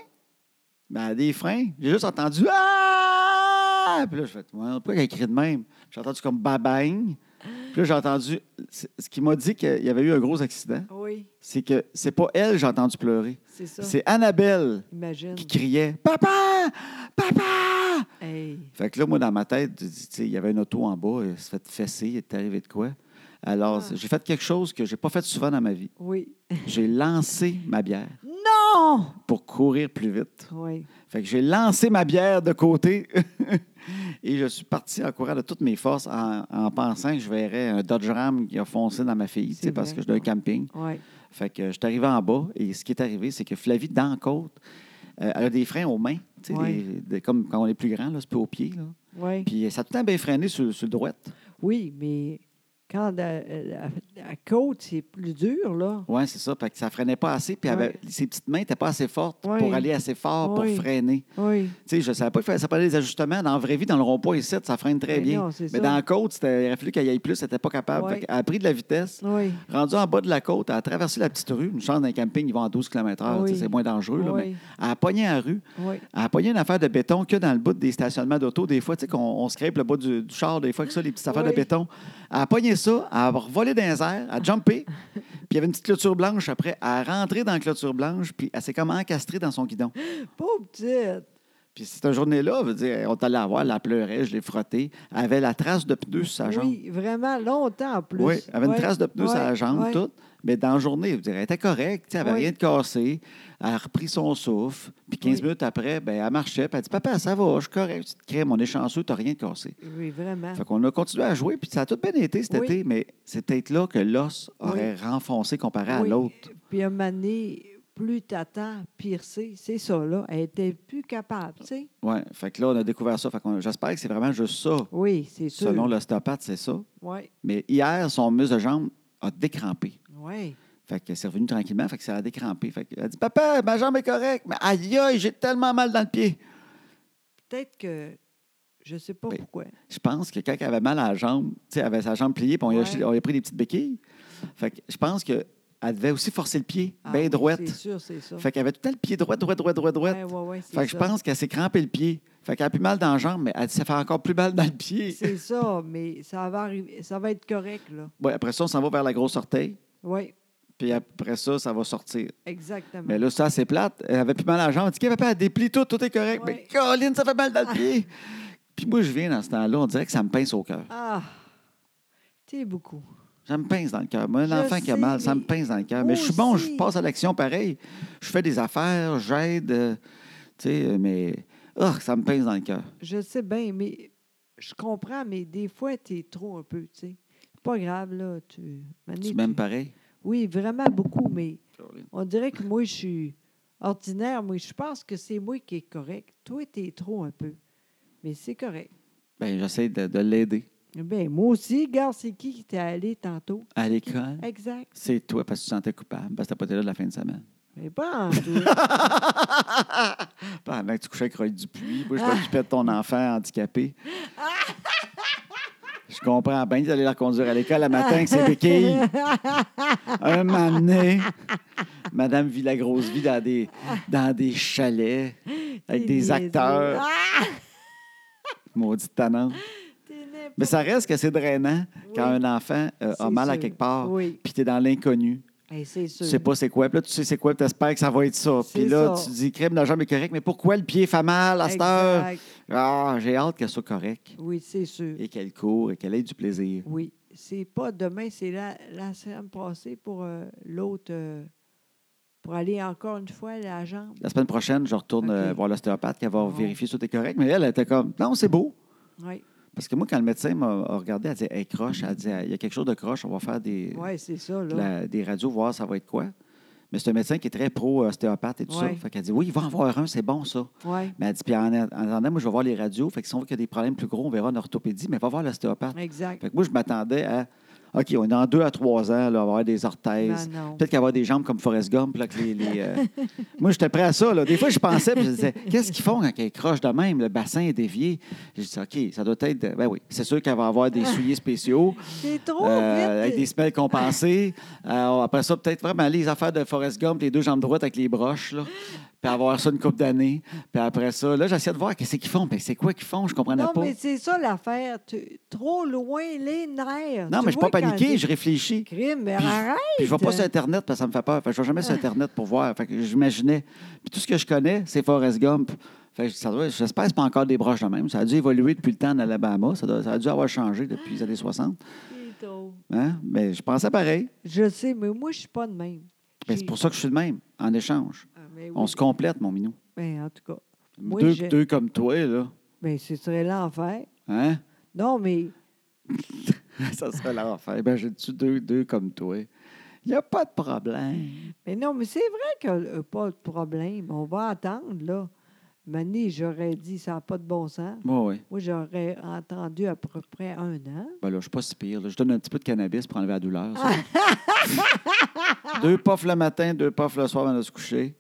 S1: ben, des freins. J'ai juste entendu Ah! Puis là, je fais Ouais, Pourquoi elle crie de même? J'ai entendu comme babang. Puis là, j'ai entendu. c'est- Ce qui m'a dit qu'il y avait eu un gros accident,
S2: Oui,
S1: c'est que c'est pas elle que j'ai entendu pleurer.
S2: c'est ça.
S1: C'est Annabelle
S2: Imagine.
S1: qui criait Papa! Papa!
S2: Hey.
S1: Fait que là, moi, dans ma tête, tu sais, il y avait une auto en bas, elle s'est fait fesser, il est arrivé de quoi? Alors,
S2: Ah.
S1: j'ai fait quelque chose que j'ai pas fait souvent dans ma vie.
S2: Oui.
S1: J'ai lancé ma bière
S2: Non!
S1: pour courir plus vite.
S2: Oui.
S1: Fait que j'ai lancé ma bière de côté [laughs] et je suis parti en courant de toutes mes forces en, en pensant que je verrais un Dodge Ram qui a foncé dans ma fille, tu sais,
S2: C'est
S1: parce
S2: vrai.
S1: que je suis d'un camping.
S2: Oui.
S1: Fait que je suis arrivé en bas et ce qui est arrivé, c'est que Flavie, dans la côte, euh, elle a des freins aux mains, tu sais,
S2: Ouais.
S1: des- des- comme quand on est plus grand, là, c'est peu aux pieds. là.
S2: Oui.
S1: Puis euh, ça a tout le temps bien freiné sur, sur le droite.
S2: Oui, mais quand la, la- la côte, c'est plus dur, là.
S1: Oui, c'est ça. Fait que ça freinait pas assez. Puis elle avait- ses petites mains n'étaient pas assez fortes
S2: Ouais.
S1: pour aller assez fort
S2: Ouais.
S1: pour freiner.
S2: Oui.
S1: Tu sais, je ne savais pas que ça parlait des ajustements. Dans la vraie vie, dans le rond-point ici, ça freine très
S2: Ben
S1: bien.
S2: non, c'est
S1: Mais
S2: ça.
S1: dans la côte, c'était- il aurait fallu qu'elle y aille plus. Elle n'était pas capable.
S2: Ouais.
S1: Fait qu'elle a pris de la vitesse.
S2: Oui.
S1: Rendue en bas de la côte, elle a traversé la petite rue. Une chance d'un camping, ils vont à 12 km/h.
S2: Oui.
S1: tu sais, C'est moins dangereux. là,
S2: Oui.
S1: mais elle a pogné la rue.
S2: Oui.
S1: Elle a pogné une affaire de béton que dans le bout des stationnements d'auto. Des fois, tu sais, qu'on on scrape le bout du, du char, des fois, que ça, les petites affaires de
S2: Oui.
S1: béton. Elle a pogné ça, elle a volé dans les airs, elle a
S2: [laughs]
S1: jumpé. puis il y avait une petite clôture blanche après. Elle a rentré dans la clôture blanche, puis elle s'est comme encastrée dans son guidon.
S2: Pauvre petite.
S1: Puis cette journée-là, je veux dire, on t'allait la voir, elle la pleurait, je l'ai frottée. Elle avait la trace de pneus sur sa jambe.
S2: Oui, vraiment longtemps en plus.
S1: Oui, elle avait une
S2: Ouais,
S1: trace de pneus sur
S2: ouais,
S1: la jambe,
S2: ouais.
S1: toute. Mais dans la journée, je veux dire, elle était correcte, tu sais, elle n'avait
S2: Oui.
S1: rien de cassé. Elle a repris son souffle. Puis 15
S2: Oui.
S1: minutes après, ben, elle marchait. Puis elle dit Papa, ça va, je suis correct. Tu te crèmes, on est chanceux, tu n'as rien de cassé.
S2: Oui, vraiment.
S1: Fait qu'on a continué à jouer, puis ça a tout bien été cet
S2: Ah. Oui.
S1: été, mais c'est peut-être là que l'os aurait renfoncé comparé à
S2: Oui.
S1: l'autre.
S2: Puis un moment donné, plus t'attends, pire c'est. C'est ça, là. Elle était plus capable, tu sais.
S1: Ouais, fait que là, on a découvert ça. Fait qu'on- j'espère que c'est vraiment juste ça.
S2: Oui, c'est sûr.
S1: Selon l'ostéopathe, c'est ça.
S2: Oui,
S1: Mais hier, son muscle de jambe a décrampé.
S2: oui.
S1: Fait que c'est revenu tranquillement, fait que ça a décrampé. Fait que elle dit Papa, ma jambe est correcte, mais aïe aïe, j'ai tellement mal dans le pied.
S2: Peut-être que je sais pas
S1: Ben,
S2: pourquoi.
S1: Je pense que quand elle avait mal à la jambe, tu sais, elle avait sa jambe pliée, puis on, lui a
S2: Ouais.
S1: acheté- on lui a pris des petites béquilles. Fait que je pense qu'elle devait aussi forcer le pied,
S2: Ah
S1: bien
S2: oui,
S1: ben droite.
S2: C'est sûr, c'est ça.
S1: Fait qu'elle avait tout le temps le pied droit, droit, droit, droit, droit.
S2: Ouais, ouais, ouais, c'est
S1: fait que je
S2: ça.
S1: pense qu'elle s'est crampée le pied. Fait qu'elle a plus mal dans la jambe, mais elle dit ça fait encore plus mal dans le pied.
S2: C'est ça, mais ça va, arriver, ça va être correct, là.
S1: Ouais, après ça, on s'en va vers la grosse orteil,
S2: Oui,
S1: puis après ça, ça va sortir.
S2: exactement.
S1: Mais là, ça, c'est plate. Elle avait plus mal à la jambe. Elle dit, papa, elle déplie tout, tout est correct.
S2: Ouais.
S1: Mais Colin, ça fait mal dans le pied. Puis moi, je viens dans ce temps-là, on dirait que ça me pince au cœur.
S2: Ah, t'es beaucoup.
S1: Ça me pince dans le cœur. Moi,
S2: Je
S1: un enfant qui a
S2: sais,
S1: mal, ça me
S2: mais
S1: pince dans le cœur.
S2: moi
S1: Mais je suis bon,
S2: aussi.
S1: je passe à l'action pareil. Je fais des affaires, j'aide, euh, tu sais, mais oh, ça me pince dans le cœur.
S2: Je sais bien, mais je comprends, mais des fois, t'es trop un peu, tu sais. C'est Pas grave, là. Tu, Mané,
S1: Tu
S2: tu-
S1: m'aimes pareil?
S2: Oui, vraiment beaucoup, mais
S1: Caroline?
S2: on dirait que moi, je suis ordinaire. Moi, je pense que c'est moi qui est correct. Toi, t'es trop un peu. Mais c'est correct.
S1: Ben, j'essaie de, de l'aider.
S2: Ben, moi aussi, regarde, c'est qui qui était allé tantôt?
S1: À l'école,
S2: Exact.
S1: c'est toi parce que tu te sentais coupable, parce que t'as pas été là de la fin de semaine.
S2: Mais pas en tout.
S1: Pendant que tu couchais avec Roy Dupuis, moi, je
S2: Ah.
S1: t'occupais de ton enfant handicapé. Je comprends bien d'aller la reconduire à l'école le matin avec ses béquilles. Un moment donné, Madame vit la grosse vie dans des, dans des chalets [laughs] avec
S2: T'es
S1: des
S2: niaiseux.
S1: acteurs.
S2: Ah!
S1: Maudite tannante.
S2: T'es n'importe-
S1: Mais ça reste que c'est drainant quand
S2: Oui.
S1: un enfant euh,
S2: C'est
S1: a mal à
S2: sûr.
S1: quelque part,
S2: Oui.
S1: puis t'es dans l'inconnu.
S2: Hey, c'est sûr.
S1: Tu sais pas c'est quoi. Puis là, tu sais c'est quoi, puis t'espères que ça va être ça.
S2: C'est
S1: Puis là,
S2: ça.
S1: tu dis, crème, la jambe est correcte, mais pourquoi le pied fait mal à cette heure?
S2: Exact.
S1: Ah, j'ai hâte qu'elle soit correcte
S2: Oui, c'est sûr.
S1: et qu'elle court et qu'elle ait du plaisir.
S2: Oui. C'est pas demain, c'est la, la semaine passée pour euh, l'autre. euh, pour aller encore une fois à la jambe.
S1: La semaine prochaine, je retourne
S2: OK. Ah
S1: euh, voir l'ostéopathe qui va
S2: Bon.
S1: vérifier si tout est correct. Mais elle, elle était comme, non, c'est beau.
S2: Oui,
S1: Parce que moi, quand le médecin m'a a regardé, elle dit, hey, croche, elle dit, il y a quelque chose de croche, on va faire des,
S2: ouais, c'est ça, là.
S1: la- des radios, voir ça va être quoi. Mais c'est un médecin qui est très pro-ostéopathe et tout ça.
S2: Ouais.
S1: Fait qu'elle dit, oui, il va en voir un, c'est bon ça.
S2: Oui,
S1: Mais elle dit, puis en, en attendant, moi, je vais voir les radios. Fait que si on voit qu'il y a des problèmes plus gros, on verra en orthopédie, mais va voir l'ostéopathe.
S2: exact.
S1: Fait que moi, je m'attendais à. OK, on est en deux à trois ans, là, on va avoir des
S2: Ben
S1: orthèses.
S2: non.
S1: Peut-être qu'elle va avoir des jambes comme Forrest Gump. Là, que les, les, euh,
S2: [laughs]
S1: Moi, j'étais prêt à ça. là. Des fois, je pensais, puis je disais, qu'est-ce qu'ils font quand ils crochent de même? Le bassin est dévié. J'ai dit, OK, ça doit être. de- Ben oui, c'est sûr qu'elle va avoir des souliers spéciaux,
S2: C'est trop
S1: euh,
S2: Oh, vite.
S1: avec des semelles compensées. Euh, après ça, peut-être vraiment les affaires de Forrest Gump, les deux jambes droites avec les broches, là. Puis avoir ça une couple d'années. Puis après ça, là, j'essayais de voir qu'est-ce qu'ils font. Ben, c'est quoi qu'ils font? Je comprenais
S2: Non,
S1: pas.
S2: mais c'est ça l'affaire. Tu- Trop loin les nerfs.
S1: Non, mais
S2: Tu
S1: je suis
S2: vois
S1: pas
S2: quand
S1: paniqué,
S2: des
S1: je réfléchis.
S2: crimes, mais
S1: Puis-
S2: arrête.
S1: Puis je ne vais pas sur Internet parce que ça me fait peur. Fait que je ne vais jamais sur Internet pour voir. Fait que j'imaginais. Puis tout ce que je connais, c'est Forrest Gump. Fait que ça doit- j'espère que ce pas encore des broches de même. Ça a dû évoluer depuis le temps en Alabama. Ça, doit- ça a dû avoir changé depuis les années 60.
S2: C'est trop.
S1: Hein? Mais je pensais pareil.
S2: Je sais, mais moi, je suis pas de
S1: Mais
S2: même. J'ai-
S1: c'est pour ça que je suis le même, en échange.
S2: Ah, mais oui.
S1: On se complète, mon minou.
S2: Ben, en tout cas, Moi,
S1: deux,
S2: j'ai-
S1: deux comme toi, là.
S2: ben, ce serait l'enfer.
S1: Hein? [laughs]
S2: Non, mais
S1: ça serait l'enfer. Ben, j'ai-tu deux, deux comme toi? Il n'y a pas de problème.
S2: Mais non, mais c'est vrai que euh, pas de problème. On va attendre, là. Mané, j'aurais dit, ça n'a pas de bon sens.
S1: Oui, oui.
S2: Moi, j'aurais entendu à peu près un an.
S1: Ben là, je suis pas si pire. là. Je donne un petit peu de cannabis pour enlever la douleur.
S2: [laughs]
S1: ça. deux puffs le matin, deux puffs le soir avant de se coucher.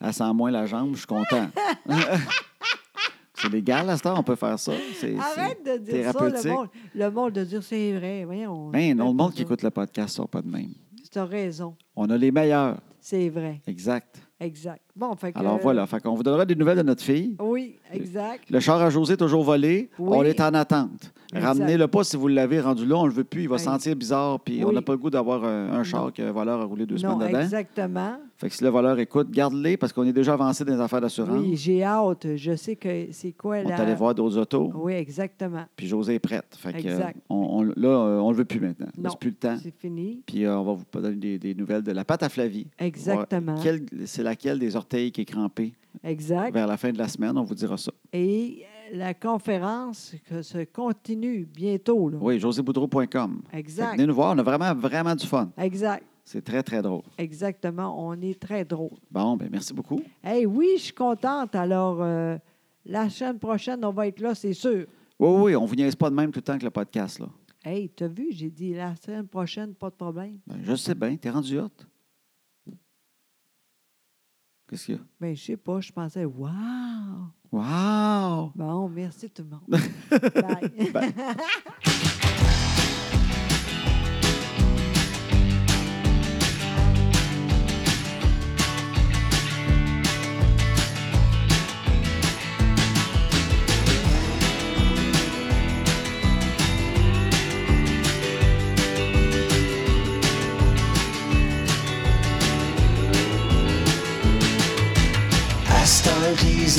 S1: Elle sent moins la jambe, je suis
S2: [laughs]
S1: content. c'est légal, à cette heure, on peut faire ça. C'est- c'est-
S2: Arrête de dire ça,
S1: thérapeutique.
S2: le monde. Le monde de dire, c'est vrai. Voyons.
S1: Ben non,
S2: fait
S1: le monde
S2: pas
S1: qui
S2: ça.
S1: écoute le podcast sort pas de même.
S2: Tu as raison.
S1: On a les meilleurs.
S2: C'est vrai.
S1: Exact.
S2: Exact. Bon, fait que.
S1: Alors voilà, fait qu'on vous donnera des nouvelles de notre fille.
S2: Oui, exact.
S1: Le char à José est toujours volé.
S2: Oui.
S1: On est en attente.
S2: Exact.
S1: Ramenez-le pas si vous l'avez rendu là. On ne le veut plus. Il va
S2: Ben,
S1: sentir bizarre. Puis on
S2: oui.
S1: n'a pas le goût d'avoir euh, un, un
S2: Non.
S1: char que le voleur a roulé deux
S2: non,
S1: semaines dedans.
S2: exactement.
S1: Fait que si le voleur écoute, garde-les parce qu'on est déjà avancé dans les affaires d'assurance.
S2: Oui, j'ai hâte. Je sais que c'est quoi
S1: On est
S2: la.
S1: allé voir d'autres autos,
S2: Oui, exactement.
S1: puis José est prête. Fait que,
S2: Exact.
S1: euh, on, on- là, euh, on le veut plus maintenant. Là,
S2: Non.
S1: C'est plus le temps.
S2: C'est fini.
S1: Puis euh, on va vous donner des, des nouvelles de la pâte à Flavie.
S2: Exactement.
S1: Voir quelle- C'est laquelle des orteils qui est crampée
S2: Ah. Exact.
S1: vers la fin de la semaine. On vous dira ça.
S2: Et euh, la conférence que se continue bientôt. Là.
S1: Oui, joséboudreau.com. Fait que
S2: Exact.
S1: Venez nous voir. On a vraiment, vraiment du fun.
S2: Exact.
S1: C'est très, très drôle.
S2: Exactement. On est très drôle.
S1: Bon, ben merci beaucoup.
S2: Hey, oui, je suis contente. Alors, euh, la semaine prochaine, on va être là, c'est sûr.
S1: Oui, oui, oui, on vous niaise pas de même tout le temps que le podcast. Là.
S2: Hey, t'as vu, j'ai dit la semaine prochaine, pas de problème.
S1: Ben, je sais bien. T'es rendu hot. Qu'est-ce qu'il y a?
S2: Ben, je sais pas, je pensais, waouh!
S1: Wow!
S2: Bon, merci tout le monde. Bye.
S3: À ce temps que les